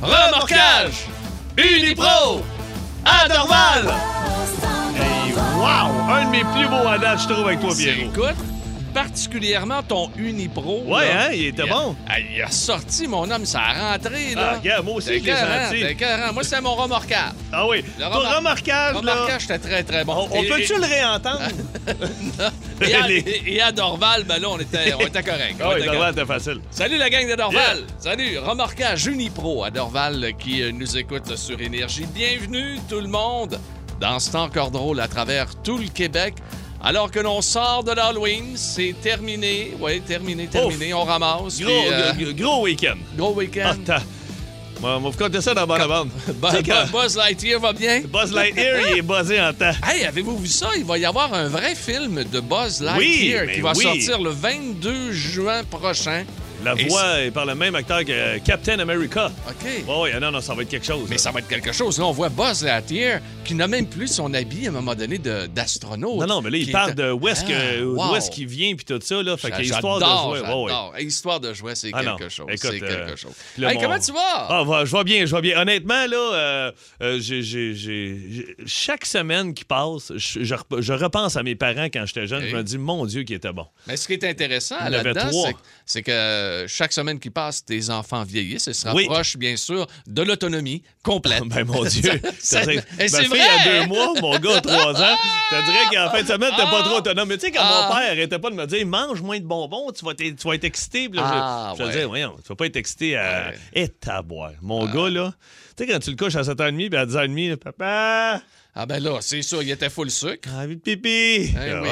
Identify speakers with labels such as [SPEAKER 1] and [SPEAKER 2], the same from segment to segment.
[SPEAKER 1] Remorquage! Unipro! Adorval!
[SPEAKER 2] Hey, wow! Un de mes plus beaux à date, je trouve, avec toi,
[SPEAKER 1] C'est-
[SPEAKER 2] Pierrot.
[SPEAKER 1] Écoute, particulièrement ton Unipro.
[SPEAKER 2] Ouais,
[SPEAKER 1] là.
[SPEAKER 2] hein, il était
[SPEAKER 1] Il a-
[SPEAKER 2] bon.
[SPEAKER 1] Ah, Il a sorti, mon homme, ça a rentré, là.
[SPEAKER 2] Ah, regarde, moi aussi,
[SPEAKER 1] T'es
[SPEAKER 2] je l'ai
[SPEAKER 1] écœurant,
[SPEAKER 2] senti.
[SPEAKER 1] t'es écœurant. Moi, c'est mon remorquage.
[SPEAKER 2] Ah
[SPEAKER 1] hein?
[SPEAKER 2] oui,
[SPEAKER 1] Le
[SPEAKER 2] ton
[SPEAKER 1] remar-
[SPEAKER 2] remarquage, là.
[SPEAKER 1] Remorquage, j'étais très, très bon.
[SPEAKER 2] On, on
[SPEAKER 1] Et- Ah,
[SPEAKER 2] peut-tu le réentendre? Ah
[SPEAKER 1] et, et, à-
[SPEAKER 2] les-
[SPEAKER 1] et, et à Dorval, ben là, on était, on était correct.
[SPEAKER 2] Ah
[SPEAKER 1] on
[SPEAKER 2] oui,
[SPEAKER 1] était
[SPEAKER 2] Dorval, c'était facile.
[SPEAKER 1] Salut la gang de Dorval! Salut! Remorquage Unipro à Dorval qui euh, nous écoute sur Énergie. Bienvenue tout le monde dans ce temps encore drôle à travers tout le Québec. Alors que l'on sort de l'Halloween, c'est terminé. Oui, terminé, terminé. On ramasse.
[SPEAKER 2] Gros,
[SPEAKER 1] puis, euh,
[SPEAKER 2] gros- gros week-end.
[SPEAKER 1] gros
[SPEAKER 2] Ah,
[SPEAKER 1] week-end.
[SPEAKER 2] t'as- Moi, on va vous compter ça dans la bonne bande.
[SPEAKER 1] Bu-
[SPEAKER 2] Tu sais
[SPEAKER 1] Bu-
[SPEAKER 2] que
[SPEAKER 1] Buzz Lightyear va bien?
[SPEAKER 2] Buzz Lightyear, il est buzzé en temps.
[SPEAKER 1] Hey, avez-vous vu ça? Il va y avoir un vrai film de Buzz
[SPEAKER 2] Oui,
[SPEAKER 1] Lightyear
[SPEAKER 2] mais
[SPEAKER 1] qui va
[SPEAKER 2] oui.
[SPEAKER 1] sortir le 22 juin prochain.
[SPEAKER 2] La
[SPEAKER 1] Et
[SPEAKER 2] voix est par le même acteur que euh, Captain America.
[SPEAKER 1] OK.
[SPEAKER 2] Ouais, ouais, non, non, ça va être quelque chose.
[SPEAKER 1] Mais
[SPEAKER 2] là.
[SPEAKER 1] ça va être quelque chose. Là, on voit Buzz Lightyear qui n'a même plus son habit à un moment donné de- d'astronaute.
[SPEAKER 2] Non, non, mais là,
[SPEAKER 1] Qui
[SPEAKER 2] il
[SPEAKER 1] est
[SPEAKER 2] parle
[SPEAKER 1] un-
[SPEAKER 2] de où est-ce que-
[SPEAKER 1] Ah,
[SPEAKER 2] d'où
[SPEAKER 1] wow.
[SPEAKER 2] est-ce qu'il vient, puis tout ça, là. Fait que
[SPEAKER 1] J'a-
[SPEAKER 2] histoire de
[SPEAKER 1] j'adore,
[SPEAKER 2] jouer. ouais, ouais.
[SPEAKER 1] j'adore. Et Histoire de jouer, c'est
[SPEAKER 2] Ah, non.
[SPEAKER 1] quelque chose.
[SPEAKER 2] Écoute,
[SPEAKER 1] c'est
[SPEAKER 2] euh,
[SPEAKER 1] quelque chose.
[SPEAKER 2] puis là,
[SPEAKER 1] Hey,
[SPEAKER 2] mon-
[SPEAKER 1] comment tu vas?
[SPEAKER 2] Ah, va- je vois bien, je vois bien. Honnêtement, là, euh, euh, j'ai- j'ai- j'ai- j'ai- chaque semaine qui passe, je, je rep- je repense à mes parents quand j'étais jeune.
[SPEAKER 1] Ok.
[SPEAKER 2] Je me dis, mon Dieu, qui était bon.
[SPEAKER 1] Mais ce qui est intéressant
[SPEAKER 2] Il y en avait
[SPEAKER 1] là-dedans,
[SPEAKER 2] trois.
[SPEAKER 1] c'est- c'est que chaque semaine qui passe, tes enfants vieillissent et se
[SPEAKER 2] Oui.
[SPEAKER 1] rapprochent, bien sûr, de l'autonomie complète.
[SPEAKER 2] Ben, mon Dieu.
[SPEAKER 1] Ça-
[SPEAKER 2] Ça serait-
[SPEAKER 1] Et
[SPEAKER 2] Ma
[SPEAKER 1] c'est
[SPEAKER 2] fille a
[SPEAKER 1] vrai!
[SPEAKER 2] deux mois, mon gars a trois ans. Je te dirais qu'en fin de semaine, t'es pas
[SPEAKER 1] Ah!
[SPEAKER 2] trop autonome. Mais tu sais, quand
[SPEAKER 1] Ah!
[SPEAKER 2] mon père arrêtait pas de me dire, mange moins de bonbons, tu vas, t'e- tu vas être excité. Puis là,
[SPEAKER 1] Ah,
[SPEAKER 2] je je te
[SPEAKER 1] ouais.
[SPEAKER 2] disais, voyons, tu vas pas être excité à.
[SPEAKER 1] Ouais. Ah.
[SPEAKER 2] Et ta boire. Mon gars, là, tu sais, quand tu le couches à 7h30 puis à 10h30, là, papa,
[SPEAKER 1] Ah ben là, c'est sûr, il était full sucre.
[SPEAKER 2] j'ai envie de pipi.
[SPEAKER 1] Eh
[SPEAKER 2] Là,
[SPEAKER 1] oui.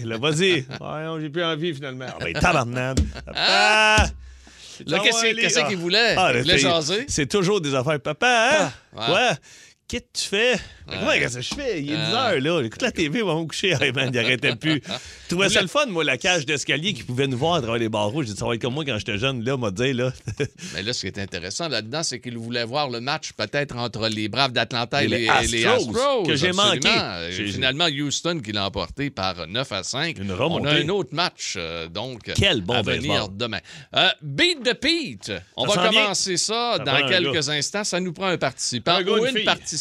[SPEAKER 2] OK, là, vas-y. Voyons, j'ai plus envie finalement. Ah, ben, tabarnak. Papa.
[SPEAKER 1] Là, qu'est-ce
[SPEAKER 2] Ah, ouais,
[SPEAKER 1] qu'il- qu'est-ce
[SPEAKER 2] les-
[SPEAKER 1] qu'il voulait?
[SPEAKER 2] Ah,
[SPEAKER 1] Il
[SPEAKER 2] là,
[SPEAKER 1] voulait
[SPEAKER 2] c'est-
[SPEAKER 1] jaser?
[SPEAKER 2] C'est toujours des affaires. Papa, hein?
[SPEAKER 1] Ah, ouais.
[SPEAKER 2] ouais. Qu'est-ce que tu fais? Mais Comment qu'est-ce que je fais? Il est 10
[SPEAKER 1] Ah.
[SPEAKER 2] heures, là. J'écoute la TV, on va me coucher. Ah, man, il arrêtait plus. Je trouvais ça le fun, moi, la cage d'escalier qui pouvait nous voir à travers les barreaux. J'ai dit, ça va être comme moi quand j'étais jeune, là, m'a dit, là.
[SPEAKER 1] Mais là, ce qui est intéressant là-dedans, c'est qu'il voulait voir le match peut-être entre les Braves d'Atlanta et,
[SPEAKER 2] Et les
[SPEAKER 1] les, et les
[SPEAKER 2] Astros,
[SPEAKER 1] Astros.
[SPEAKER 2] que j'ai
[SPEAKER 1] absolument.
[SPEAKER 2] manqué.
[SPEAKER 1] Et
[SPEAKER 2] J'ai-
[SPEAKER 1] Finalement, Houston qui l'a emporté par 9 à 5.
[SPEAKER 2] Une
[SPEAKER 1] On
[SPEAKER 2] remontée.
[SPEAKER 1] a un autre match, euh, donc,
[SPEAKER 2] Quel bon
[SPEAKER 1] à venir
[SPEAKER 2] baseball.
[SPEAKER 1] demain. Euh, beat the Pete. On va
[SPEAKER 2] Ça s'en vient.
[SPEAKER 1] commencer ça
[SPEAKER 2] Ça prend
[SPEAKER 1] dans
[SPEAKER 2] un
[SPEAKER 1] quelques instants. Ça nous prend un participant
[SPEAKER 2] Un gars,
[SPEAKER 1] ou
[SPEAKER 2] une
[SPEAKER 1] une
[SPEAKER 2] fille.
[SPEAKER 1] participante.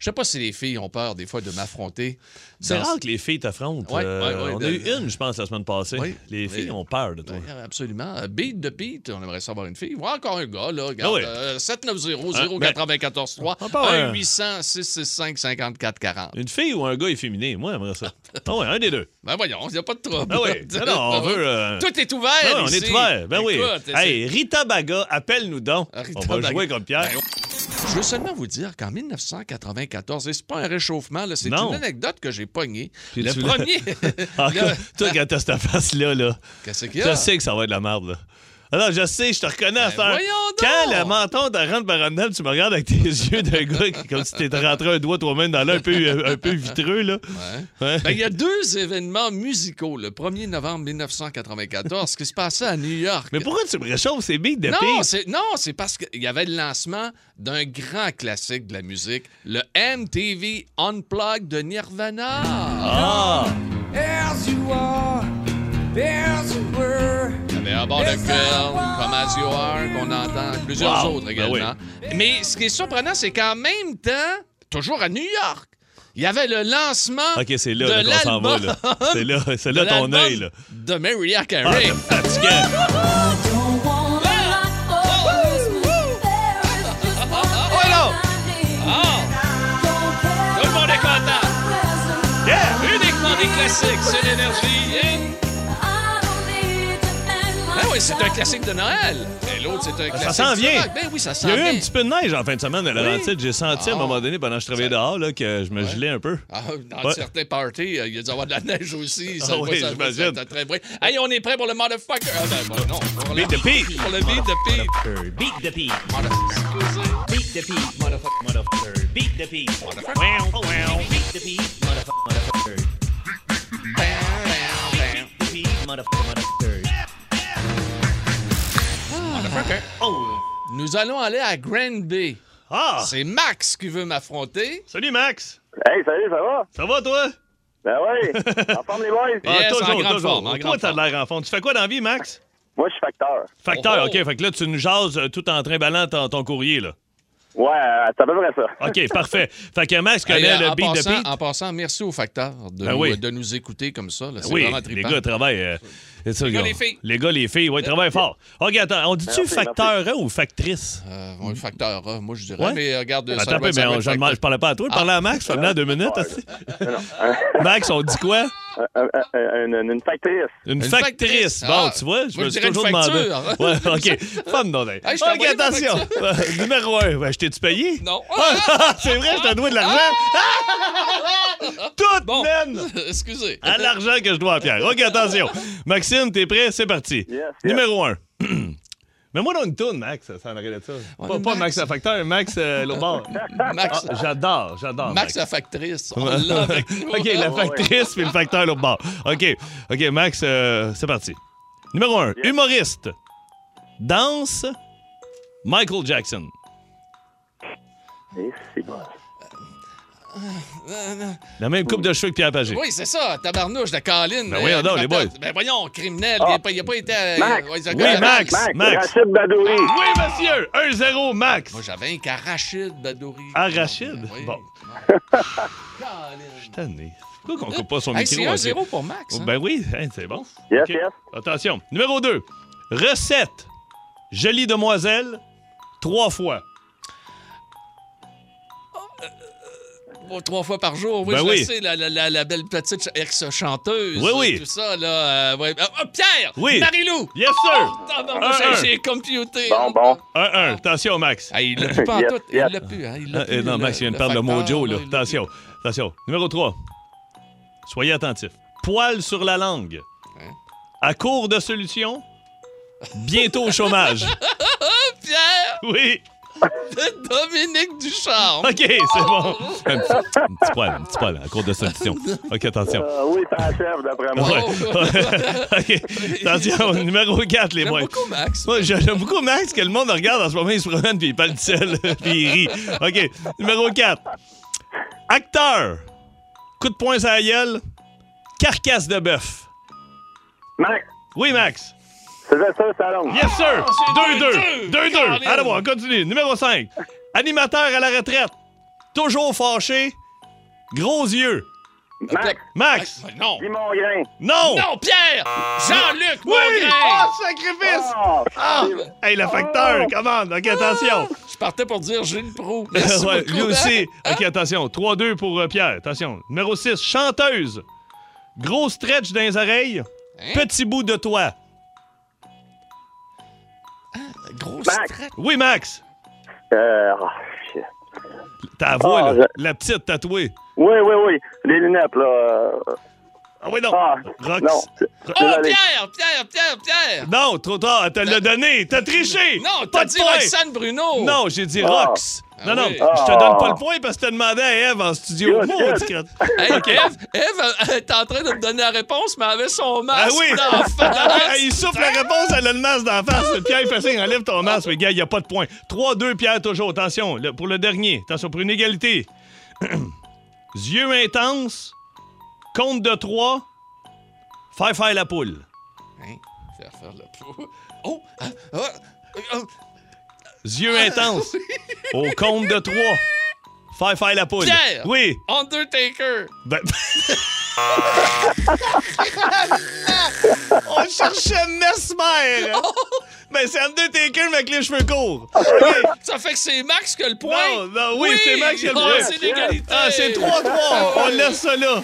[SPEAKER 1] Je sais pas si les filles ont peur des fois de m'affronter.
[SPEAKER 2] C'est
[SPEAKER 1] dans-
[SPEAKER 2] rare que les filles t'affrontent.
[SPEAKER 1] Ouais,
[SPEAKER 2] Euh,
[SPEAKER 1] ouais, ouais,
[SPEAKER 2] on
[SPEAKER 1] de-
[SPEAKER 2] a eu une, je pense, la semaine passée.
[SPEAKER 1] Oui,
[SPEAKER 2] les filles
[SPEAKER 1] mais-
[SPEAKER 2] ont peur de toi.
[SPEAKER 1] Ouais, absolument. Euh, Beat de Pete, on aimerait savoir une fille. Ou encore un gars, là. Regarde,
[SPEAKER 2] Ah oui.
[SPEAKER 1] euh,
[SPEAKER 2] Ah,
[SPEAKER 1] 790-094-3,
[SPEAKER 2] Ah, pas vrai.
[SPEAKER 1] 1-800-665-5440.
[SPEAKER 2] Une fille ou un gars efféminé? Moi, j'aimerais ça. Ah ouais, un des deux.
[SPEAKER 1] Ben voyons, il n'y a pas de trouble.
[SPEAKER 2] Ah oui, non, non, on veut, euh,
[SPEAKER 1] Tout est ouvert
[SPEAKER 2] Ah ouais, on
[SPEAKER 1] ici.
[SPEAKER 2] est ouvert. Ben oui.
[SPEAKER 1] Écoute,
[SPEAKER 2] Hey, Rita Baga, appelle-nous donc.
[SPEAKER 1] Ah, Rita
[SPEAKER 2] on va
[SPEAKER 1] Baga.
[SPEAKER 2] jouer comme Pierre.
[SPEAKER 1] c'est- Je veux seulement vous dire qu'en 1994, et c'est pas un réchauffement, là, c'est
[SPEAKER 2] Non.
[SPEAKER 1] une anecdote que j'ai pognée.
[SPEAKER 2] Puis
[SPEAKER 1] Le
[SPEAKER 2] tu l'as-
[SPEAKER 1] premier...
[SPEAKER 2] Ah,
[SPEAKER 1] le-
[SPEAKER 2] Toi, quand t'as cette face-là, là,
[SPEAKER 1] Qu'est-ce qu'il y a?
[SPEAKER 2] je sais que ça va être de la merde. Là. Alors, je sais, je te reconnais à
[SPEAKER 1] Ben,
[SPEAKER 2] cette heure.
[SPEAKER 1] voyons donc!
[SPEAKER 2] Quand le menton te rentre par en dedans, tu me regardes avec tes yeux d'un gars qui, comme si t'étais rentré un doigt toi-même dans l'œil un peu, euh, un peu vitreux. Là.
[SPEAKER 1] Ouais.
[SPEAKER 2] Ouais.
[SPEAKER 1] Ben, il y a deux événements musicaux. Le 1er novembre 1994, qui se passait à New York.
[SPEAKER 2] Mais pourquoi tu me réchauffes ces billes de
[SPEAKER 1] Non,
[SPEAKER 2] piste?
[SPEAKER 1] c'est, non, c'est parce qu'il y avait le lancement d'un grand classique de la musique, le MTV Unplugged de Nirvana.
[SPEAKER 2] Ah!
[SPEAKER 3] As you are, as you were.
[SPEAKER 1] Il y avait à bord de Girl, Comme As You Are, qu'on entend, plusieurs
[SPEAKER 2] Wow,
[SPEAKER 1] autres
[SPEAKER 2] ben
[SPEAKER 1] également. Mais ce qui est surprenant, c'est qu'en même temps, toujours à New York, il y avait le lancement
[SPEAKER 2] Ok, c'est là,
[SPEAKER 1] de
[SPEAKER 2] là qu'on s'en va.
[SPEAKER 1] l'album,
[SPEAKER 2] Là. C'est là, c'est là
[SPEAKER 1] de
[SPEAKER 2] ton
[SPEAKER 1] l'album
[SPEAKER 2] œil. Là.
[SPEAKER 1] de Mariah
[SPEAKER 2] Ah,
[SPEAKER 1] Carey.
[SPEAKER 2] t'es fatiguant.
[SPEAKER 1] Ah, Tout le monde est content. Uniquement des classiques sur l'énergie. Ah oui, c'est un classique de Noël. Et l'autre, c'est un classique.
[SPEAKER 2] s'en
[SPEAKER 1] du
[SPEAKER 2] vient.
[SPEAKER 1] rock. Ben oui, ça s'en
[SPEAKER 2] Il y a
[SPEAKER 1] vient.
[SPEAKER 2] eu un petit peu de neige en fin de semaine à la
[SPEAKER 1] Oui.
[SPEAKER 2] Laurentide. J'ai senti à un
[SPEAKER 1] Ah.
[SPEAKER 2] moment donné, pendant que je travaillais
[SPEAKER 1] Ça-
[SPEAKER 2] dehors, là, que je me gelais un peu.
[SPEAKER 1] Ah, dans
[SPEAKER 2] Ouais.
[SPEAKER 1] certains parties, euh, il y a dû avoir de la neige aussi. Ça
[SPEAKER 2] Ah
[SPEAKER 1] va,
[SPEAKER 2] oui,
[SPEAKER 1] ça va, ça
[SPEAKER 2] j'imagine.
[SPEAKER 1] va, très bruit. Hey, on est prêt pour le motherfucker. Ah, ben, bon, non, pour le
[SPEAKER 2] Beat the Pete.
[SPEAKER 1] Pour le beat de Pete.
[SPEAKER 4] Motherfucker, beat the beat,
[SPEAKER 1] Excusez.
[SPEAKER 4] beat the beat, motherfucker, motherfucker, beat the beat, motherfucker, wow, wow, beat the beat, motherfucker, motherfucker, beat the beat, motherfucker, motherfucker.
[SPEAKER 1] Motherfucker.
[SPEAKER 4] Oh,
[SPEAKER 1] Nous allons aller à Grand Bay.
[SPEAKER 2] Ah!
[SPEAKER 1] C'est Max qui veut m'affronter.
[SPEAKER 2] Salut, Max!
[SPEAKER 5] Hey, salut, ça va?
[SPEAKER 2] Ça va, toi? Ah,
[SPEAKER 5] Ben oui, en forme les boys?
[SPEAKER 1] Yes, en grande
[SPEAKER 2] toujours.
[SPEAKER 1] forme, en
[SPEAKER 2] Toi,
[SPEAKER 1] grande
[SPEAKER 2] t'as de l'air en fond. Tu fais quoi dans la vie, Max?
[SPEAKER 5] Moi, je suis facteur.
[SPEAKER 2] Facteur,
[SPEAKER 1] Oh, oh.
[SPEAKER 2] OK. Fait que là, tu nous jases euh, tout en trimballant ton, ton courrier, là.
[SPEAKER 5] Ouais, euh, c'est à peu près ça.
[SPEAKER 2] OK, parfait. Fait que Max
[SPEAKER 1] Hey,
[SPEAKER 2] connaît
[SPEAKER 1] en,
[SPEAKER 2] le beat
[SPEAKER 1] passant,
[SPEAKER 2] de Pete.
[SPEAKER 1] en passant, merci aux facteurs de,
[SPEAKER 2] Ben
[SPEAKER 1] nous,
[SPEAKER 2] oui. Ben
[SPEAKER 1] de nous écouter comme ça. là. C'est
[SPEAKER 2] Oui,
[SPEAKER 1] vraiment
[SPEAKER 2] les
[SPEAKER 1] trippant.
[SPEAKER 2] gars travaillent. euh, c'est ça, les
[SPEAKER 1] gars, les filles.
[SPEAKER 2] Les gars, les filles, ouais, ils travaillent fort. OK, attends, on dit-tu
[SPEAKER 5] Merci,
[SPEAKER 2] facteur hein, ou factrice?
[SPEAKER 1] Euh, ouais, facteur, hein, moi, je dirais.
[SPEAKER 2] Ouais.
[SPEAKER 1] Mais euh, regarde, ça
[SPEAKER 2] Attends, un
[SPEAKER 1] doit
[SPEAKER 2] peu,
[SPEAKER 1] être-
[SPEAKER 2] mais
[SPEAKER 1] ça doit
[SPEAKER 2] on-
[SPEAKER 1] être
[SPEAKER 2] je ne
[SPEAKER 1] facteur.
[SPEAKER 2] parlais pas à toi, je parlais à Max, je parlais deux minutes.
[SPEAKER 1] Ah,
[SPEAKER 2] aussi.
[SPEAKER 5] Non, non, un-
[SPEAKER 2] Max, on dit quoi?
[SPEAKER 5] un- un- un- une, une factrice.
[SPEAKER 2] Une,
[SPEAKER 1] Une
[SPEAKER 2] factrice.
[SPEAKER 1] factrice.
[SPEAKER 2] Bon,
[SPEAKER 1] Ah,
[SPEAKER 2] tu vois, je
[SPEAKER 1] moi,
[SPEAKER 2] me
[SPEAKER 1] je
[SPEAKER 2] suis
[SPEAKER 1] dirais une
[SPEAKER 2] toujours demandé.
[SPEAKER 1] facture.
[SPEAKER 2] Ouais, OK. Femme non d'ailleurs.
[SPEAKER 1] Hey, je t'ai
[SPEAKER 2] OK,
[SPEAKER 1] envoyé ma
[SPEAKER 2] attention. Numéro un. Ouais, je t'ai-tu payé?
[SPEAKER 1] Non.
[SPEAKER 2] Ah, C'est vrai, je te dois de l'argent. Tout
[SPEAKER 1] Ah! Bon.
[SPEAKER 2] mène
[SPEAKER 1] Excusez.
[SPEAKER 2] à l'argent que je dois à Pierre. OK, attention. Maxime, t'es prêt? C'est parti.
[SPEAKER 5] yes.
[SPEAKER 2] Numéro un. Mets-moi dans une toune, Max, ça en arrive de ça.
[SPEAKER 1] Ouais,
[SPEAKER 2] pas,
[SPEAKER 1] mais
[SPEAKER 2] pas
[SPEAKER 1] Max-
[SPEAKER 2] Max la facteur, Max euh, l'autre bord.
[SPEAKER 1] Max,
[SPEAKER 2] Ah, j'adore, j'adore.
[SPEAKER 1] Max, la factrice. On l'a avec nous.
[SPEAKER 2] OK, la factrice puis le facteur l'autre bord. OK, OK, Max, euh, c'est parti. Numéro un, humoriste. Danse, Michael Jackson.
[SPEAKER 5] Et c'est bon.
[SPEAKER 1] Euh, euh,
[SPEAKER 2] La même coupe de cheveux que Pierre Pagé.
[SPEAKER 1] Oui, c'est ça, tabarnouche, la Caroline.
[SPEAKER 2] Ben voyons donc, les boys.
[SPEAKER 1] Ben voyons, criminel,
[SPEAKER 5] Ah.
[SPEAKER 1] il a pas- il a pas été... euh,
[SPEAKER 5] Max.
[SPEAKER 1] ouais, c'est-
[SPEAKER 2] Oui, Max,
[SPEAKER 5] Max,
[SPEAKER 2] Max.
[SPEAKER 5] Rachid Badouri.
[SPEAKER 2] Oui, monsieur, 1-0, Max.
[SPEAKER 1] Moi, j'avais un qu'Arachide Badouri.
[SPEAKER 2] Arachide?
[SPEAKER 1] Oui.
[SPEAKER 2] Bon.
[SPEAKER 1] Caroline.
[SPEAKER 2] Tanné. Pourquoi qu'on coupe pas son
[SPEAKER 1] Hey,
[SPEAKER 2] micro?
[SPEAKER 1] c'est
[SPEAKER 2] hein,
[SPEAKER 1] 1-0 pour Max.
[SPEAKER 2] Oh,
[SPEAKER 1] hein?
[SPEAKER 2] Ben oui, hein, c'est bon.
[SPEAKER 5] Yes,
[SPEAKER 2] OK.
[SPEAKER 5] yes.
[SPEAKER 2] Attention. Numéro 2. Recette. Jolie demoiselle, trois fois.
[SPEAKER 1] Bon, trois fois par jour. Oui,
[SPEAKER 2] Ben
[SPEAKER 1] je
[SPEAKER 2] oui.
[SPEAKER 1] le sais, la, la- la- la belle petite ch- ex-chanteuse.
[SPEAKER 2] Oui,
[SPEAKER 1] euh,
[SPEAKER 2] oui.
[SPEAKER 1] Tout ça, là. euh, ouais. Ah, ah, Pierre!
[SPEAKER 2] Oui.
[SPEAKER 1] Marie-Lou!
[SPEAKER 2] Yes, sir!
[SPEAKER 1] Tabarnouche,
[SPEAKER 2] Un, un.
[SPEAKER 1] j'ai computé.
[SPEAKER 5] Bon, bon.
[SPEAKER 2] 1-1. Attention, Max.
[SPEAKER 1] Ah, il l'a pu pas en
[SPEAKER 5] Yes,
[SPEAKER 1] tout.
[SPEAKER 5] yes.
[SPEAKER 1] Il l'a pu, hein. Il l'a
[SPEAKER 2] Ah, eh,
[SPEAKER 1] pu,
[SPEAKER 2] non, Max, il vient de perdre le
[SPEAKER 1] facteur,
[SPEAKER 2] mojo,
[SPEAKER 1] il
[SPEAKER 2] là.
[SPEAKER 1] l'a pu.
[SPEAKER 2] Attention. Attention. Numéro 3. Soyez attentifs. Poil sur la langue.
[SPEAKER 1] Hein?
[SPEAKER 2] À court de solution, bientôt au chômage.
[SPEAKER 1] Pierre
[SPEAKER 2] Oui.
[SPEAKER 1] de Dominique Ducharme.
[SPEAKER 2] OK, c'est bon. Un petit, un petit poil, un petit poil, à court de solution. OK, attention.
[SPEAKER 5] Euh, oui, ça achève, d'après moi.
[SPEAKER 2] Ouais.
[SPEAKER 1] Oh.
[SPEAKER 2] OK. Attention, numéro 4, les
[SPEAKER 1] J'aime
[SPEAKER 2] boys.
[SPEAKER 1] beaucoup Max.
[SPEAKER 2] Moi, je- j'aime beaucoup Max que le monde regarde en ce moment, il se promène puis il parle tout seul, puis il rit. OK, numéro 4. Acteur. Coup de poing sur la gueule. Carcasse de bœuf.
[SPEAKER 5] Max,
[SPEAKER 2] Oui, Max.
[SPEAKER 5] c'est ça, ça longue.
[SPEAKER 2] Yes, sir. 2-2.
[SPEAKER 1] deux-deux.
[SPEAKER 2] 2-2.
[SPEAKER 1] Caroline.
[SPEAKER 2] Allez, bon, on continue. Numéro 5. Animateur à la retraite. Toujours fâché. Gros yeux.
[SPEAKER 5] Max,
[SPEAKER 2] Max.
[SPEAKER 1] Ah, Non.
[SPEAKER 5] Simon Grain.
[SPEAKER 2] Non.
[SPEAKER 1] Non, Pierre! Jean-Luc
[SPEAKER 2] Oh. Oui.
[SPEAKER 1] Mongrain!
[SPEAKER 2] Oh, sacrifice.
[SPEAKER 5] Ah,
[SPEAKER 2] Ah. Hey, le facteur, commande. OK, attention.
[SPEAKER 1] Je partais pour dire Gilles Pro. Merci
[SPEAKER 2] Ouais,
[SPEAKER 1] beaucoup,
[SPEAKER 2] lui
[SPEAKER 1] hein.
[SPEAKER 2] aussi. OK, attention. 3-2 pour euh, Pierre. Attention. Numéro 6, chanteuse. Gros stretch dans les oreilles.
[SPEAKER 1] Hein?
[SPEAKER 2] Petit bout de toi.
[SPEAKER 1] Grosse
[SPEAKER 5] Max.
[SPEAKER 1] traite.
[SPEAKER 2] Oui, Max.
[SPEAKER 5] euh, ah, shit.
[SPEAKER 2] Ta voix,
[SPEAKER 5] Ah,
[SPEAKER 2] là, la petite tatouée.
[SPEAKER 5] Oui, oui, oui. Les lunettes, là. euh,
[SPEAKER 2] Ah oui, non.
[SPEAKER 5] Ah,
[SPEAKER 2] Rox.
[SPEAKER 5] non.
[SPEAKER 1] Oh,
[SPEAKER 5] Désolé.
[SPEAKER 1] Pierre! Pierre, Pierre, Pierre!
[SPEAKER 2] Non, trop tard. Elle te l'a donné. T'as triché.
[SPEAKER 1] Non,
[SPEAKER 2] Pas
[SPEAKER 1] t'as
[SPEAKER 2] de
[SPEAKER 1] dit
[SPEAKER 2] point.
[SPEAKER 1] Roxane Bruno!
[SPEAKER 2] Non, j'ai dit
[SPEAKER 5] Ah.
[SPEAKER 2] Rox.
[SPEAKER 1] Ah
[SPEAKER 2] non, non,
[SPEAKER 1] oui.
[SPEAKER 2] je te donne pas le
[SPEAKER 5] Ah.
[SPEAKER 2] point parce que t'as demandé à Eve en studio.
[SPEAKER 5] Yes,
[SPEAKER 2] Maudit
[SPEAKER 5] yes.
[SPEAKER 2] que-
[SPEAKER 1] Hey, Eve, Eve, elle est en train de me donner la réponse, mais elle avait son
[SPEAKER 2] Ah
[SPEAKER 1] masque
[SPEAKER 2] oui!
[SPEAKER 1] d'enfant.
[SPEAKER 2] Ah, il souffle la réponse, elle a le masque d'en face. Pierre, il fait signe, enlève ton masque. Mais gars, il n'y a pas de point. 3-2, Pierre, toujours. Attention, le- pour le dernier. Attention, pour une égalité. Yeux intenses, compte de 3, faire faire la poule.
[SPEAKER 1] Hein? Je vais refaire le pot. Oh! ah, ah, ah,
[SPEAKER 2] Yeux intenses, au compte de 3, faire faire la poule.
[SPEAKER 1] Pierre!
[SPEAKER 2] Oui!
[SPEAKER 1] oh, Undertaker!
[SPEAKER 2] Ben... On cherchait Mesmer! Mais c'est Undertaker, mais avec les cheveux courts. OK.
[SPEAKER 1] Ça fait que c'est Max qui a le point!
[SPEAKER 2] Non, non, oui, c'est Max qui a le
[SPEAKER 1] Ah,
[SPEAKER 2] point.
[SPEAKER 1] c'est l'égalité! Oh,
[SPEAKER 2] Ah, c'est 3-3. On laisse ça là.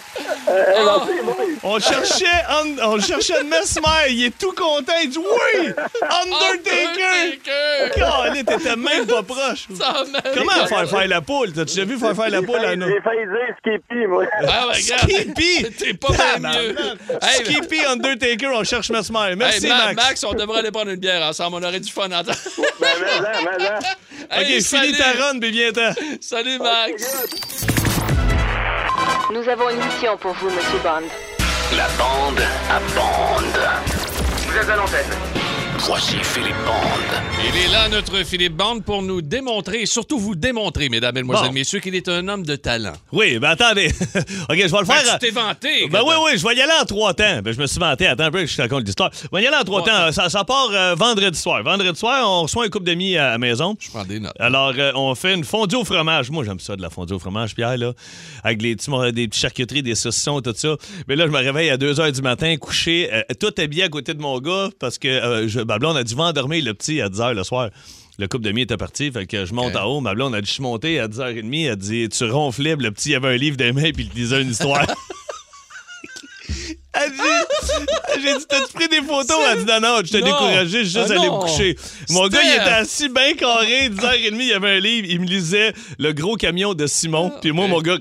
[SPEAKER 1] Eh, ben,
[SPEAKER 2] On cherchait, un- on cherchait Mesmer. Il est tout content. Il dit oui! Undertaker!
[SPEAKER 1] Undertaker!
[SPEAKER 2] Calais, t'étais même pas proche.
[SPEAKER 1] Ça m'a-
[SPEAKER 2] Comment faire faire la poule? T'as-tu déjà vu faire faire la
[SPEAKER 5] J'ai
[SPEAKER 2] poule à
[SPEAKER 5] failli
[SPEAKER 2] nous?
[SPEAKER 5] j'ai failli dire Skippy, moi.
[SPEAKER 1] Ah, ben, regarde!
[SPEAKER 2] Skippy!
[SPEAKER 1] T'es pas bien mieux!
[SPEAKER 2] Tabarnak.
[SPEAKER 1] Hey, ben,
[SPEAKER 2] Skippy, Undertaker, on cherche Mesmer. Merci,
[SPEAKER 1] hey, Ma-
[SPEAKER 2] Max.
[SPEAKER 1] Max, on devrait aller prendre une bière ensemble, on aurait du fun en temps.
[SPEAKER 5] Ben, mais, mais, mais,
[SPEAKER 2] OK,
[SPEAKER 1] Hey,
[SPEAKER 2] finis
[SPEAKER 1] salut.
[SPEAKER 2] ta run, puis viens-t'en.
[SPEAKER 1] Salut Max!
[SPEAKER 6] Nous avons une mission pour vous, Monsieur Bond.
[SPEAKER 7] La bande à bande. Vous êtes à l'antenne.
[SPEAKER 6] Voici Philippe Bond.
[SPEAKER 1] Il est là, notre Philippe Bande, pour nous démontrer, et surtout vous démontrer, mesdames, mesdemoiselles,
[SPEAKER 2] Bon.
[SPEAKER 1] messieurs, qu'il est un homme de talent.
[SPEAKER 2] Oui, ben attendez. OK, je vais le
[SPEAKER 1] Ben,
[SPEAKER 2] faire.
[SPEAKER 1] tu t'es vanté.
[SPEAKER 2] Ah, Ben
[SPEAKER 1] Gabin.
[SPEAKER 2] oui, oui, je vais y aller en trois temps. Ben, je me suis vanté. Attends un peu, je te raconte l'histoire. Je vais y aller en trois
[SPEAKER 1] Trois
[SPEAKER 2] temps. Ça, ça part euh, vendredi soir. Vendredi soir, on reçoit un couple d'amis à la maison.
[SPEAKER 1] Je prends des notes.
[SPEAKER 2] Alors, euh, on fait une fondue au fromage. Moi, j'aime ça, de la fondue au fromage, Pierre, là. Avec les petits, mor- des petits charcuteries, des saucissons, tout ça. Mais là, je me réveille à 2 h du matin, couché, euh, tout habillé à côté de mon gars, parce que euh, je, ma blonde a dû m'endormir le petit à 10 h le soir. Le couple de mi était parti, fait que je monte
[SPEAKER 1] Ok.
[SPEAKER 2] en haut. Ma blonde a dû se monter à 10h30. Elle dit Tu ronflais, puis le petit avait un livre des mains, puis il lisait une histoire. Elle dit- J'ai dit, t'as-tu pris des photos? Elle dit, non, non, je t'ai
[SPEAKER 1] Non.
[SPEAKER 2] découragé, je suis juste
[SPEAKER 1] Ah
[SPEAKER 2] allé me
[SPEAKER 1] non.
[SPEAKER 2] coucher. Mon gars, il
[SPEAKER 1] Steph.
[SPEAKER 2] était assis bien carré, 10h30, il y avait un livre, il me lisait Le gros camion de Simon, puis moi,
[SPEAKER 1] Ah. ok.
[SPEAKER 2] mon gars,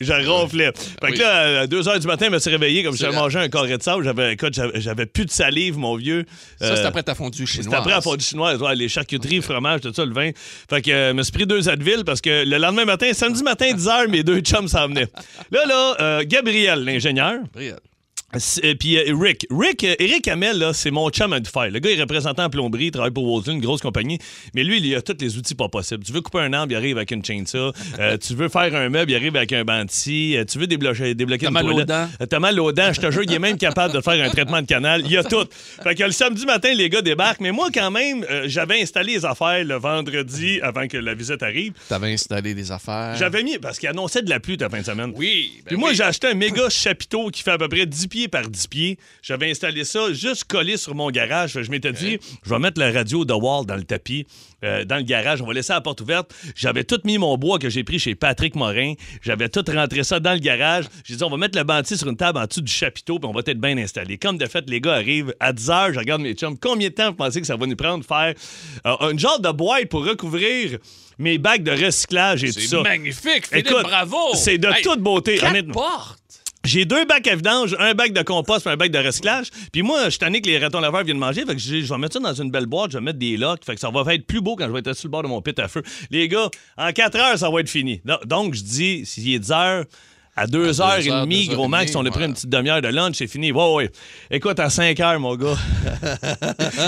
[SPEAKER 2] je ronflais. Fait
[SPEAKER 1] Ah Oui.
[SPEAKER 2] que là, à 2h du matin, je me suis réveillé comme
[SPEAKER 1] C'est
[SPEAKER 2] j'avais
[SPEAKER 1] la-
[SPEAKER 2] mangé un carré de sable, j'avais écoute, j'avais- j'avais plus de salive, mon vieux.
[SPEAKER 1] Ça, c'est
[SPEAKER 2] Euh,
[SPEAKER 1] après ta fondue chinoise.
[SPEAKER 2] c'était après la fondue chinoise, ouais, les charcuteries, fromage, tout ça, le vin. Fait que euh, me suis pris deux Advil parce que le lendemain matin, samedi matin, 10h, mes deux chums s'en venaient. Là, là, euh, Gabriel, l'ingénieur,
[SPEAKER 1] Gabriel.
[SPEAKER 2] c'est- euh, puis euh, Rick. Rick, euh, Eric Hamel, là, c'est mon chum à du fer. Le gars est représentant en plomberie, il travaille pour Wolseley, une grosse compagnie. Mais lui, il a tous les outils pas possibles. Tu veux couper un arbre, il arrive avec une chainsaw. Euh, tu veux faire un meuble, il arrive avec un banti. Euh, tu veux débloquer, débloquer
[SPEAKER 1] T'as
[SPEAKER 2] une
[SPEAKER 1] mal aux
[SPEAKER 2] toilette.
[SPEAKER 1] dents.
[SPEAKER 2] Euh, T'as mal aux dents. Je te jure, il est même capable de faire un traitement de canal. Il y a tout. Fait que le samedi matin, les gars débarquent. Mais moi, quand même, euh, j'avais installé les affaires le vendredi avant que la visite arrive.
[SPEAKER 1] T'avais installé des affaires.
[SPEAKER 2] J'avais mis, parce qu'il annonçait de la pluie ta fin de semaine.
[SPEAKER 1] Oui. ben
[SPEAKER 2] Puis moi,
[SPEAKER 1] oui.
[SPEAKER 2] j'ai acheté un méga chapiteau qui fait à peu près 10 pieds par 10 pieds. J'avais installé ça juste collé sur mon garage. Fait que Je m'étais dit, je vais mettre la radio de Wall dans le tapis, euh, dans le garage. On va laisser la porte ouverte. J'avais tout mis mon bois que j'ai pris chez Patrick Morin. J'avais tout rentré ça dans le garage. J'ai dit, on va mettre le banti sur une table en dessous du chapiteau, puis on va être bien installé. Comme de fait, les gars arrivent à 10 h, je regarde mes chums. Combien de temps vous pensez que ça va nous prendre de faire euh, une genre de boîte pour recouvrir mes bacs de recyclage et tout
[SPEAKER 1] C'est
[SPEAKER 2] ça?
[SPEAKER 1] magnifique, Philippe,
[SPEAKER 2] Écoute,
[SPEAKER 1] bravo!
[SPEAKER 2] c'est de toute beauté,
[SPEAKER 1] quatre
[SPEAKER 2] honnêtement.
[SPEAKER 1] portes!
[SPEAKER 2] J'ai deux bacs à vidange, un bac de compost et un bac de recyclage. Puis moi, je suis tanné que les ratons laveurs viennent manger. Fait que j'ai- je vais mettre ça dans une belle boîte, je vais mettre des locks. Fait que ça va être plus beau quand je vais être sur le bord de mon pit à feu. Les gars, en 4 heures, ça va être fini. Non, Donc, je dis, s'il est 10 heures, à 2
[SPEAKER 1] À
[SPEAKER 2] heures
[SPEAKER 1] deux
[SPEAKER 2] et
[SPEAKER 1] heures,
[SPEAKER 2] demie,
[SPEAKER 1] deux heures
[SPEAKER 2] gros
[SPEAKER 1] et
[SPEAKER 2] max,
[SPEAKER 1] demie,
[SPEAKER 2] on a pris
[SPEAKER 1] ouais.
[SPEAKER 2] une petite demi-heure de lunch, c'est fini. Ouais, ouais. Écoute, à 5 heures, mon gars,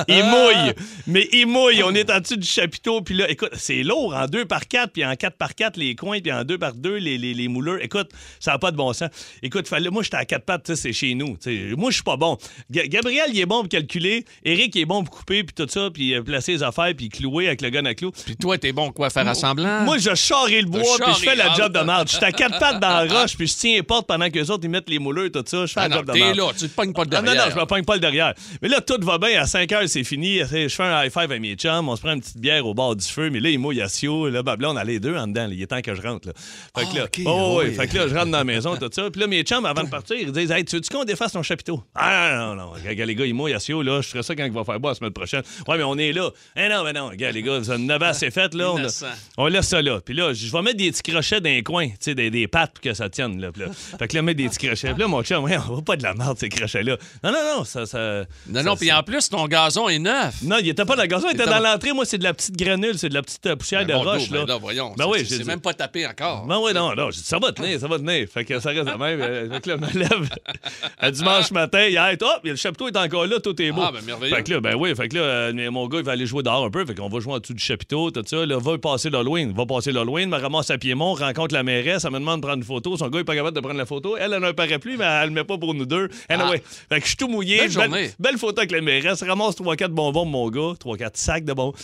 [SPEAKER 2] il
[SPEAKER 1] Ah!
[SPEAKER 2] mouille. Mais il mouille. On est en dessus du chapiteau. Puis là, écoute, c'est lourd en 2 par 4 puis en 4 par 4 les coins, puis en 2 par 2 les, les, les mouleurs. Écoute, ça n'a pas de bon sens. Écoute, fallait, moi, j'étais à 4 pattes, tu sais, c'est chez nous. Tu sais, moi, je suis pas bon. Ga- Gabriel, il est bon pour calculer. Eric, il est bon pour couper, puis tout ça, puis euh, placer les affaires, puis clouer avec le gun à clous.
[SPEAKER 1] Puis toi, t'es bon quoi, faire assemblant?
[SPEAKER 2] Moi, je charrie le bois, puis je
[SPEAKER 1] charrie,
[SPEAKER 2] fais la
[SPEAKER 1] ah,
[SPEAKER 2] job de
[SPEAKER 1] oui.
[SPEAKER 2] merde. Je suis à quatre pattes dans la roche, puis je tiens les portes pendant que les autres, ils mettent les mouleurs, tout ça. Je fais
[SPEAKER 1] Ah
[SPEAKER 2] la
[SPEAKER 1] non,
[SPEAKER 2] job de
[SPEAKER 1] t'es
[SPEAKER 2] merde.
[SPEAKER 1] là, tu te pognes pas le
[SPEAKER 2] Ah,
[SPEAKER 1] derrière.
[SPEAKER 2] Non, non, je me pogne pas le derrière. Mais là, tout va bien. À 5 heures, c'est fini. Je fais un high five à mes chums. On se prend une petite bière au bord du feu. Mais là, il mouille à Sio. Là, bah, là, on a les deux en dedans. là. Il est temps que je rentre. Là. Fait que là,
[SPEAKER 1] Ah, ok,
[SPEAKER 2] oh, oui.
[SPEAKER 1] oui.
[SPEAKER 2] Fait que là, je rentre dans la maison, tout ça. Puis là, mes chums, avant de partir, ils disent Hey, tu veux-tu qu'on défasse ton chapiteau Ah, non, non, non. Regarde, les gars, il mouille à Sio. Là, je ferai ça quand il va faire boire la semaine prochaine. Ouais, mais on est là. Eh non, mais non. Regarde, les gars, vous en avez assez fait. Là, on, a-
[SPEAKER 1] Innocent.
[SPEAKER 2] on laisse ça là. Puis là, je vais mettre des petits crochets dans les coins, tu sais, des, des pattes pour que ça tienne. Là, Puis là. Fait que là, mettre des petits crochets. Puis là, mon chum, ouais, on va pas de la merde, ces crochets-là. Non, non, non, ça. ça
[SPEAKER 1] Non,
[SPEAKER 2] ça-
[SPEAKER 1] non, puis
[SPEAKER 2] ça-
[SPEAKER 1] en plus, ton gazon est neuf.
[SPEAKER 2] Non, il était pas dans le gazon, il
[SPEAKER 1] Il
[SPEAKER 2] était
[SPEAKER 1] était
[SPEAKER 2] dans
[SPEAKER 1] pas-
[SPEAKER 2] l'entrée. Moi, c'est de la petite granule, c'est de la petite euh, poussière
[SPEAKER 1] Ben,
[SPEAKER 2] de
[SPEAKER 1] mon
[SPEAKER 2] roche.
[SPEAKER 1] dos,
[SPEAKER 2] là.
[SPEAKER 1] ben là, voyons.
[SPEAKER 2] Ben
[SPEAKER 1] c'est-
[SPEAKER 2] oui, j'ai
[SPEAKER 1] c'est
[SPEAKER 2] dit-
[SPEAKER 1] même pas tapé encore.
[SPEAKER 2] Ben oui, non, non, je dis, ça va tenir, ça va tenir. Fait que ça reste de même. Euh, Fait que là, je me lève à dimanche matin, hier, hop, le chapiteau est encore là, tout est beau.
[SPEAKER 1] Ah, ben, merveilleux.
[SPEAKER 2] Fait que là, ben oui, fait que là, euh, mais mon gars, il va aller jouer dehors un peu, fait qu'on va jouer en dessous du chapiteau, tout ça. Là, va passer l'Halloween, va passer l'Halloween, me ramasse à Piémont, rencontre la mairesse, elle me demande de prendre une photo. Son gars, il est pas capable de prendre la photo. Elle, elle a un parapluie, mais elle le met pas pour nous deux. Anyway, fait que je suis tout mouillé.
[SPEAKER 1] Ah. Belle journée.
[SPEAKER 2] Belle photo avec la mairesse, ramasse 3-4 bonbons, pour mon gars, 3-4 sacs de bonbons.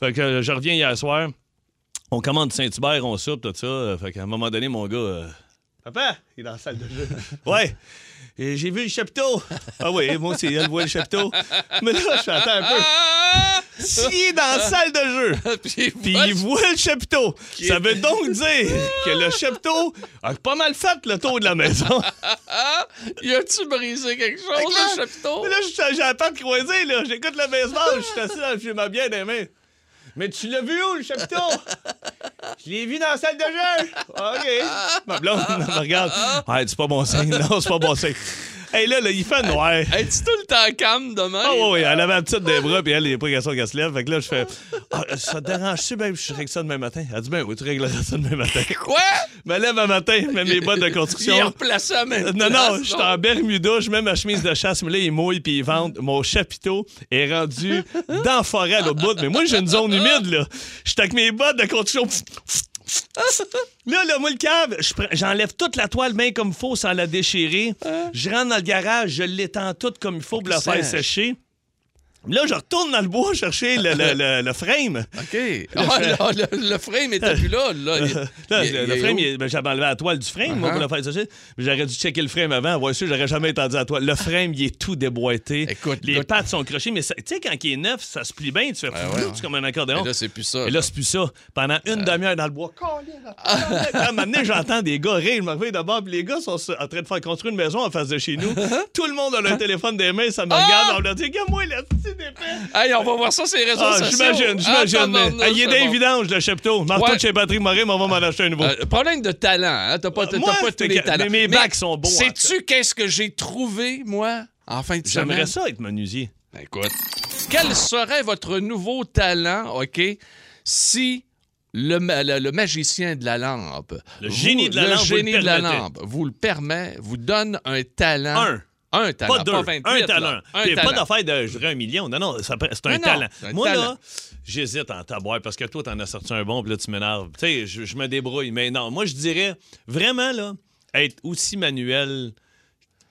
[SPEAKER 2] Fait que euh, je reviens hier soir. On commande Saint-Hubert, on soupe, tout ça. Euh, Fait qu'à un moment donné, mon gars. euh, Papa, il est dans la salle de jeu. ouais. Et j'ai vu le chapiteau. Ah oui, moi aussi, elle voit le chapiteau. Mais là, je attends un peu.
[SPEAKER 1] Ah!
[SPEAKER 2] S'il est dans la salle de jeu,
[SPEAKER 1] Puis
[SPEAKER 2] puis
[SPEAKER 1] voilà.
[SPEAKER 2] il voit le chapiteau, ça veut donc dire que le chapiteau a pas mal fait le tour de la maison.
[SPEAKER 1] Ah! Y a-tu brisé quelque chose,
[SPEAKER 2] Fait que
[SPEAKER 1] le
[SPEAKER 2] là-
[SPEAKER 1] chapiteau?
[SPEAKER 2] Mais là, j'ai- j'ai la patte croisée, là. J'écoute le baseball, je suis assis dans j'ai ma bière dans les mains. Mais tu l'as vu où, le chapiteau? Je l'ai vu dans la salle de jeu. OK. Ma blonde me regarde. Ouais, c'est pas bon signe. Non, c'est pas bon signe. Hey, là, là, il fait noir.
[SPEAKER 1] Es-tu tout le temps calme demain?
[SPEAKER 2] Ah oui, oui, elle avait la petite des bras, puis elle, il n'y a pas question qu'elle se lève. Fait que là, je fais Ah, Ça te dérange-tu, babe, je règle ça demain matin? Elle dit Ben oui, tu régleras ça demain matin.
[SPEAKER 1] Quoi?
[SPEAKER 2] Je me lève un matin, je mets mes bottes de construction.
[SPEAKER 1] Il est replacé à même
[SPEAKER 2] Non, non,
[SPEAKER 1] place,
[SPEAKER 2] je suis en Bermuda, je mets ma chemise de chasse, mais là, il mouille puis il vente. Mon chapiteau est rendu dans la forêt à l'autre bout. Mais moi, j'ai une zone humide, là. Je suis avec mes bottes de construction. Là, là, moi, le câble, je prends- j'enlève toute la toile bien comme il faut sans la déchirer. Je rentre dans le garage, je l'étends toute comme il faut pour la faire
[SPEAKER 1] Sèche.
[SPEAKER 2] sécher. Là, je retourne dans le bois chercher le, le- le- le frame.
[SPEAKER 1] OK. Ah, là, le, le frame était plus là. là. Il-
[SPEAKER 2] Là,
[SPEAKER 1] il-
[SPEAKER 2] le,
[SPEAKER 1] il
[SPEAKER 2] le
[SPEAKER 1] est
[SPEAKER 2] frame,
[SPEAKER 1] où?
[SPEAKER 2] il est- ben, j'avais enlevé la toile du frame, moi,
[SPEAKER 1] Uh-huh.
[SPEAKER 2] pour le faire sécher. Mais J'aurais dû checker le frame avant. Ouais, sûr, j'aurais jamais étendu la toile. Le frame, il est tout déboîté.
[SPEAKER 1] Écoute,
[SPEAKER 2] Les
[SPEAKER 1] écoute. Ben
[SPEAKER 2] pattes sont crochées, mais ça- tu sais, quand il est neuf, ça se plie bien. Tu fais
[SPEAKER 1] ouais,
[SPEAKER 2] flou,
[SPEAKER 1] ouais.
[SPEAKER 2] tu comme un accordéon.
[SPEAKER 1] Et là, c'est plus ça.
[SPEAKER 2] Et là, c'est plus ça. Pendant une demi-heure dans le bois. À un moment donné, j'entends des gars rire. Je me réveille d'abord, puis les gars sont sur- en train de faire construire une maison en face de chez nous.
[SPEAKER 1] Uh-huh.
[SPEAKER 2] Tout le monde a le téléphone des mains, ça me
[SPEAKER 1] Ah!
[SPEAKER 2] regarde. On leur dit, regarde-moi, la petite épée.
[SPEAKER 1] Hey, on va voir ça sur les réseaux
[SPEAKER 2] Ah,
[SPEAKER 1] sociaux.
[SPEAKER 2] j'imagine, j'imagine. mais-
[SPEAKER 1] tabarnouche,
[SPEAKER 2] Ah, Il est
[SPEAKER 1] c'est
[SPEAKER 2] d'un
[SPEAKER 1] bon.
[SPEAKER 2] vidange, le chepteau. Martin
[SPEAKER 1] Ouais.
[SPEAKER 2] chez Patrick Morin, mais on va m'en acheter un nouveau.
[SPEAKER 1] Euh, problème de talent, hein? T'as pas, t'as
[SPEAKER 2] Euh, Moi,
[SPEAKER 1] pas tous
[SPEAKER 2] c'est
[SPEAKER 1] les
[SPEAKER 2] que-
[SPEAKER 1] talents.
[SPEAKER 2] mais mes bacs sont bons, en
[SPEAKER 1] Sais-tu qu'est-ce que j'ai trouvé, moi, en fin de semaine?
[SPEAKER 2] J'aimerais ça être menuisier.
[SPEAKER 1] Ben, écoute. Quel serait votre nouveau talent, OK, si le, ma- le- le magicien de la lampe,
[SPEAKER 2] Le génie de la
[SPEAKER 1] le
[SPEAKER 2] lampe vous le
[SPEAKER 1] génie de la
[SPEAKER 2] permettait.
[SPEAKER 1] lampe vous le permet, vous donne un talent.
[SPEAKER 2] Un.
[SPEAKER 1] Un talent,
[SPEAKER 2] Pas
[SPEAKER 1] pas,
[SPEAKER 2] deux,
[SPEAKER 1] 28,
[SPEAKER 2] un
[SPEAKER 1] là.
[SPEAKER 2] talent.
[SPEAKER 1] Un
[SPEAKER 2] Puis
[SPEAKER 1] talent.
[SPEAKER 2] Pas d'affaire de je dirais un million. Non, non, ça peut- c'est un
[SPEAKER 1] Non, non,
[SPEAKER 2] talent.
[SPEAKER 1] c'est un
[SPEAKER 2] Moi,
[SPEAKER 1] talent.
[SPEAKER 2] là, j'hésite à en taboire parce que toi, t'en as sorti un bon, puis là, tu m'énerves. Tu sais, je, je me débrouille. Mais non, moi, je dirais vraiment, là, être aussi manuel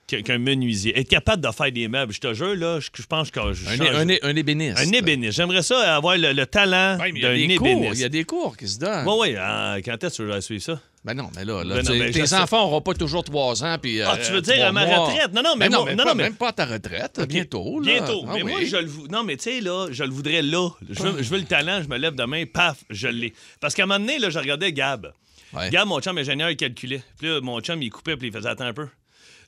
[SPEAKER 2] que- qu'un menuisier. Être capable de faire des meubles. Je te jure, là, je, je pense que je
[SPEAKER 1] Un,
[SPEAKER 2] change-
[SPEAKER 1] é- un é- un ébéniste.
[SPEAKER 2] un ébéniste. J'aimerais ça avoir le, le talent
[SPEAKER 1] Ouais, mais il y
[SPEAKER 2] d'un
[SPEAKER 1] a des cours. Il y a
[SPEAKER 2] ébéniste.
[SPEAKER 1] des cours qui se donnent.
[SPEAKER 2] Oui, oui. quand est-ce que tu vas suivre ça?
[SPEAKER 1] Ben non, mais là, là,
[SPEAKER 2] Ben non,
[SPEAKER 1] tu-
[SPEAKER 2] mais je
[SPEAKER 1] tes
[SPEAKER 2] sais.
[SPEAKER 1] enfants n'auront pas toujours trois ans. Puis, euh,
[SPEAKER 2] Ah, tu veux dire
[SPEAKER 1] trois
[SPEAKER 2] à ma
[SPEAKER 1] mois.
[SPEAKER 2] retraite? Non, non, mais
[SPEAKER 1] Ben non,
[SPEAKER 2] moi- non,
[SPEAKER 1] pas-
[SPEAKER 2] non, mais-
[SPEAKER 1] même pas à ta retraite, bientôt. Là.
[SPEAKER 2] Bientôt.
[SPEAKER 1] Ah
[SPEAKER 2] mais moi,
[SPEAKER 1] oui.
[SPEAKER 2] je le vou- Non, mais tu sais, là, je le voudrais là. Je veux, je veux le talent, je me lève demain, paf, je l'ai. Parce qu'à un moment donné, là, je regardais Gab.
[SPEAKER 1] Ouais.
[SPEAKER 2] Gab, mon chum ingénieur, il calculait. Puis là, mon chum, il coupait, puis il faisait attendre un peu.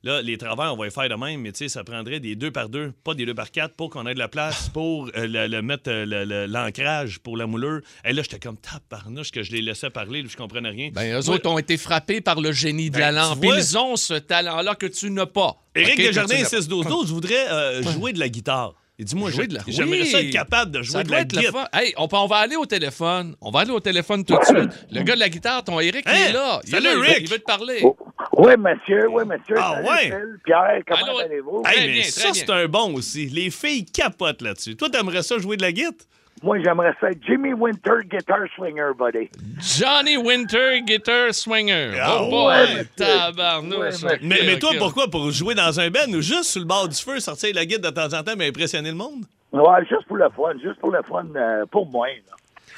[SPEAKER 2] Là, les travers, on va les faire de même, mais tu sais, ça prendrait des deux par deux, pas des deux par quatre, pour qu'on ait de la place, pour euh, le, le mettre euh, le- le- l'ancrage pour la moulure. Et là, j'étais comme tabarnouche que je les laissais parler, puis je comprenais rien.
[SPEAKER 1] Ben, eux
[SPEAKER 2] Moi,
[SPEAKER 1] autres ont été frappés par le génie de la
[SPEAKER 2] Ben, tu
[SPEAKER 1] lampe.
[SPEAKER 2] vois.
[SPEAKER 1] Ils ont ce talent-là que tu n'as pas.
[SPEAKER 2] Éric
[SPEAKER 1] Ok, que
[SPEAKER 2] Desjardins,
[SPEAKER 1] tu n'as-
[SPEAKER 2] 6 12 12 voudrais euh, jouer de la guitare. Il dit, moi,
[SPEAKER 1] Jouer
[SPEAKER 2] je-
[SPEAKER 1] de la-
[SPEAKER 2] j'aimerais
[SPEAKER 1] Oui.
[SPEAKER 2] ça être capable de jouer
[SPEAKER 1] Ça
[SPEAKER 2] de
[SPEAKER 1] doit
[SPEAKER 2] la
[SPEAKER 1] être le
[SPEAKER 2] guitare.
[SPEAKER 1] fun. Hey, on, peut- on va aller au téléphone. On va aller au téléphone tout de suite. Le gars de la guitare, ton Eric, il
[SPEAKER 2] Hein?
[SPEAKER 1] est là. Il est
[SPEAKER 2] Salut,
[SPEAKER 1] là, il veut-
[SPEAKER 2] Rick.
[SPEAKER 1] Il veut te parler.
[SPEAKER 5] Oui, monsieur, oui, monsieur.
[SPEAKER 2] Ah,
[SPEAKER 5] Salut,
[SPEAKER 2] ouais.
[SPEAKER 5] Phil, Pierre, comment
[SPEAKER 1] Allô?
[SPEAKER 5] allez-vous?
[SPEAKER 1] Hey.
[SPEAKER 2] Hey,
[SPEAKER 1] Très
[SPEAKER 2] mais
[SPEAKER 1] bien, très
[SPEAKER 2] ça,
[SPEAKER 1] bien.
[SPEAKER 2] c'est un bon aussi. Les filles capotent là-dessus. Toi, t'aimerais ça jouer de la guitare?
[SPEAKER 5] Moi, j'aimerais ça être Jimmy Winter Guitar Swinger, buddy.
[SPEAKER 1] Johnny Winter, guitar swinger.
[SPEAKER 2] Ah,
[SPEAKER 1] oh, boy,
[SPEAKER 5] ouais, monsieur.
[SPEAKER 1] tabarnouche.
[SPEAKER 5] Ouais,
[SPEAKER 1] Ok,
[SPEAKER 2] Mais, mais toi,
[SPEAKER 1] ok.
[SPEAKER 2] pourquoi? Pour jouer dans un band ou juste sur le bord du feu, sortir la guitare de temps en temps, mais impressionner le monde?
[SPEAKER 5] Ouais, juste pour le fun, juste pour le fun, euh, pour moi. là.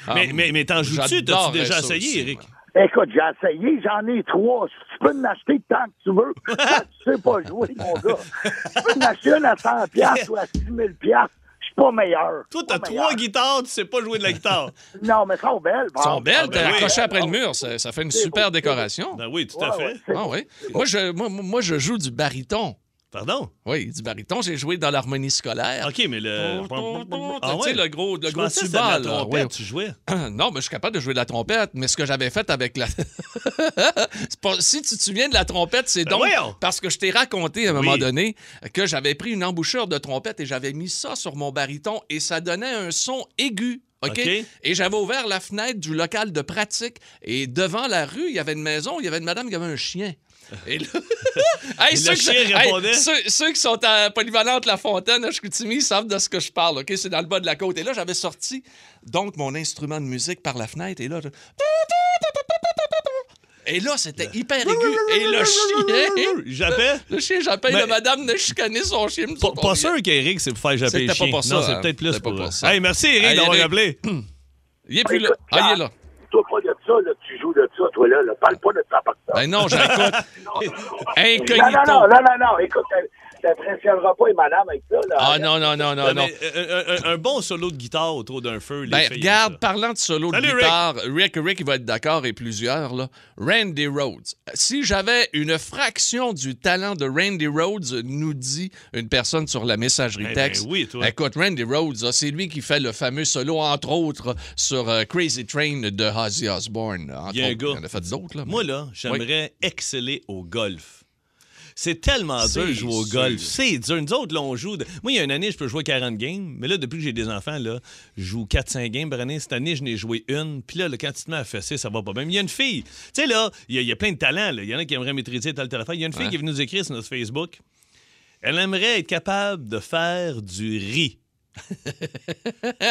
[SPEAKER 1] Ah,
[SPEAKER 2] mais mais, mais t'en joues-tu?
[SPEAKER 1] j'adorerais
[SPEAKER 2] T'as-tu déjà
[SPEAKER 1] ça
[SPEAKER 2] essayé,
[SPEAKER 1] aussi,
[SPEAKER 2] Eric?
[SPEAKER 1] moi.
[SPEAKER 5] Écoute, j'ai essayé, j'en ai trois. Tu peux en acheter tant que tu veux. Tant que tu sais pas jouer, mon gars. Tu peux en acheter une à 100 piastres ou à 6 000 piastres. Je suis pas meilleur.
[SPEAKER 2] Toi,
[SPEAKER 5] Pas
[SPEAKER 2] t'as
[SPEAKER 8] Oh
[SPEAKER 2] trois
[SPEAKER 5] meilleur.
[SPEAKER 2] guitares, tu sais pas jouer de la guitare.
[SPEAKER 5] Non, mais elles sont belles.
[SPEAKER 1] Ils sont belles, t'es
[SPEAKER 2] ben oui.
[SPEAKER 1] accroché après le mur. Ça, ça fait une
[SPEAKER 5] C'est
[SPEAKER 1] super
[SPEAKER 5] beau.
[SPEAKER 1] décoration.
[SPEAKER 2] ben oui, tout à fait.
[SPEAKER 1] Ah oui. Moi je, moi, moi, je joue du baryton.
[SPEAKER 2] Pardon?
[SPEAKER 1] Oui, du baryton. J'ai joué dans l'harmonie scolaire.
[SPEAKER 2] OK, mais le...
[SPEAKER 1] Tu sais, le gros, le
[SPEAKER 2] Ah Je
[SPEAKER 1] gros
[SPEAKER 2] pensais que c'était
[SPEAKER 1] tuba,
[SPEAKER 2] de
[SPEAKER 1] là.
[SPEAKER 2] la trompette,
[SPEAKER 1] Ouais.
[SPEAKER 2] tu jouais.
[SPEAKER 1] Non, mais je suis capable de jouer de la trompette, mais ce que j'avais fait avec la. C'est pas- Si tu te souviens de la trompette, c'est
[SPEAKER 2] Ben
[SPEAKER 1] donc
[SPEAKER 2] voyons!
[SPEAKER 1] parce que je t'ai raconté à un moment
[SPEAKER 2] Oui.
[SPEAKER 1] donné que j'avais pris une embouchure de trompette et j'avais mis ça sur mon baryton et ça donnait un son aigu. OK?
[SPEAKER 2] OK.
[SPEAKER 1] Et j'avais ouvert la fenêtre du local de pratique et devant la rue, il y avait une maison, il y avait une madame qui avait un chien. Et là, Hey,
[SPEAKER 2] Et
[SPEAKER 1] ceux,
[SPEAKER 2] le
[SPEAKER 1] qui...
[SPEAKER 2] chien
[SPEAKER 1] hey,
[SPEAKER 2] répondait?
[SPEAKER 1] ceux- ceux qui sont à Polyvalente La Fontaine, à Chicoutimi, savent de ce que je parle. Ok, C'est dans le bas de la côte. Et là, j'avais sorti donc mon instrument de musique par la fenêtre. Et là, je- et là c'était hyper aigu. Et le chien,
[SPEAKER 2] J'appelle?
[SPEAKER 1] le chien, j'appelle
[SPEAKER 2] Mais-
[SPEAKER 1] la madame de chicaner son chien. Nous
[SPEAKER 2] Pas,
[SPEAKER 1] autres, on
[SPEAKER 2] pas
[SPEAKER 1] dit-
[SPEAKER 2] sûr qu'Éric, c'est pour faire japper
[SPEAKER 1] C'était
[SPEAKER 2] les
[SPEAKER 1] pas
[SPEAKER 2] chiens.
[SPEAKER 1] pour ça,
[SPEAKER 2] non,
[SPEAKER 1] hein.
[SPEAKER 2] c'est peut-être plus
[SPEAKER 1] C'était pas
[SPEAKER 2] pour,
[SPEAKER 1] pour ça.
[SPEAKER 2] ça. Hey, merci, Éric,
[SPEAKER 1] Hey,
[SPEAKER 2] d'avoir
[SPEAKER 1] Éric.
[SPEAKER 2] appelé.
[SPEAKER 1] Il est plus là.
[SPEAKER 5] Écoute,
[SPEAKER 1] Ah, il est là.
[SPEAKER 5] Toi, pas de ça, là, tu joues de ça, toi, là. là. Parle pas de ça par ça.
[SPEAKER 1] Ben non, j'écoute.
[SPEAKER 5] Non, non, non,
[SPEAKER 1] Incognito.
[SPEAKER 5] non, non, non. Écoute, t'impressionneras pas les madames avec ça, là.
[SPEAKER 1] Ah non, non, non, non, non.
[SPEAKER 2] Mais, euh, un, un- un bon solo de guitare autour d'un feu, les
[SPEAKER 1] Ben,
[SPEAKER 2] filles,
[SPEAKER 1] regarde,
[SPEAKER 2] ça.
[SPEAKER 1] parlant de solo
[SPEAKER 2] Salut,
[SPEAKER 1] de
[SPEAKER 2] Rick.
[SPEAKER 1] guitare, Rick. Rick, il va être d'accord et plusieurs, là. Randy Rhodes. Si j'avais une fraction du talent de Randy Rhodes, nous dit une personne sur la messagerie
[SPEAKER 2] Eh ben
[SPEAKER 1] texte.
[SPEAKER 2] oui, toi.
[SPEAKER 1] Écoute, Randy Rhodes, là, c'est lui qui fait le fameux solo, entre autres, sur euh, Crazy Train de Ozzy Osbourne. entre
[SPEAKER 2] Il y a un
[SPEAKER 1] autres.
[SPEAKER 2] gars.
[SPEAKER 1] Il en a fait d'autres, là.
[SPEAKER 2] Moi, là, j'aimerais exceller au golf. C'est tellement dur de
[SPEAKER 1] C'est
[SPEAKER 2] jouer au
[SPEAKER 1] sûr.
[SPEAKER 2] golf. C'est dur. Nous autres, là, on joue. de- Moi, il y a une année, je peux jouer 40 games. Mais là, depuis que j'ai des enfants, là, je joue 4-5 games par année. Cette année, je n'ai joué une. Puis là, le quand tu te mets à fesser, ça va pas bien. Mais il y a une fille. Tu sais, là, il y, a- il y a plein de talents. là. Il y en a qui aimeraient maîtriser tel, tel affaire. Il y a une fille qui est venue nous écrire sur notre Facebook. Elle aimerait être capable de faire du riz.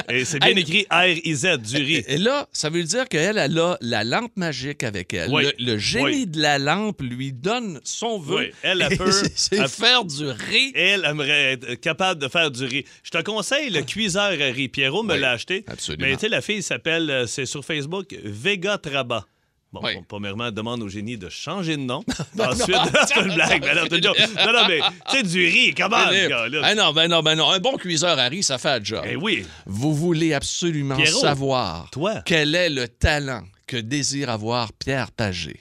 [SPEAKER 2] Et c'est bien
[SPEAKER 1] Hey.
[SPEAKER 2] écrit R-I-Z, du riz.
[SPEAKER 1] Et là, ça veut dire qu'elle, elle a la lampe magique avec elle.
[SPEAKER 2] Oui.
[SPEAKER 1] Le, le génie
[SPEAKER 2] Oui.
[SPEAKER 1] de la lampe lui donne son vœu.
[SPEAKER 2] Oui. Elle, elle
[SPEAKER 1] Et
[SPEAKER 2] peut-
[SPEAKER 1] c'est- C'est
[SPEAKER 2] elle-
[SPEAKER 1] faire du riz.
[SPEAKER 2] Elle aimerait être capable de faire du riz. Je te conseille le cuiseur à riz. Pierrot me
[SPEAKER 1] Oui,
[SPEAKER 2] l'a acheté.
[SPEAKER 1] absolument.
[SPEAKER 2] Mais tu sais, la fille s'appelle, euh, c'est sur Facebook, Vega Traba. Bon,
[SPEAKER 1] Oui.
[SPEAKER 2] bon, premièrement, demande au génie de changer de nom. Ensuite, c'est une blague. mais non, c'est une joke. non, non, mais tu sais, du riz, comment,
[SPEAKER 1] Philippe.
[SPEAKER 2] gars, là?
[SPEAKER 1] Ah non, ben non, ben non. Un bon cuiseur à riz, ça fait un job.
[SPEAKER 2] Eh oui.
[SPEAKER 1] Vous voulez absolument
[SPEAKER 2] Pierrot,
[SPEAKER 1] savoir
[SPEAKER 2] toi.
[SPEAKER 1] quel est le talent que désire avoir Pierre Pagé.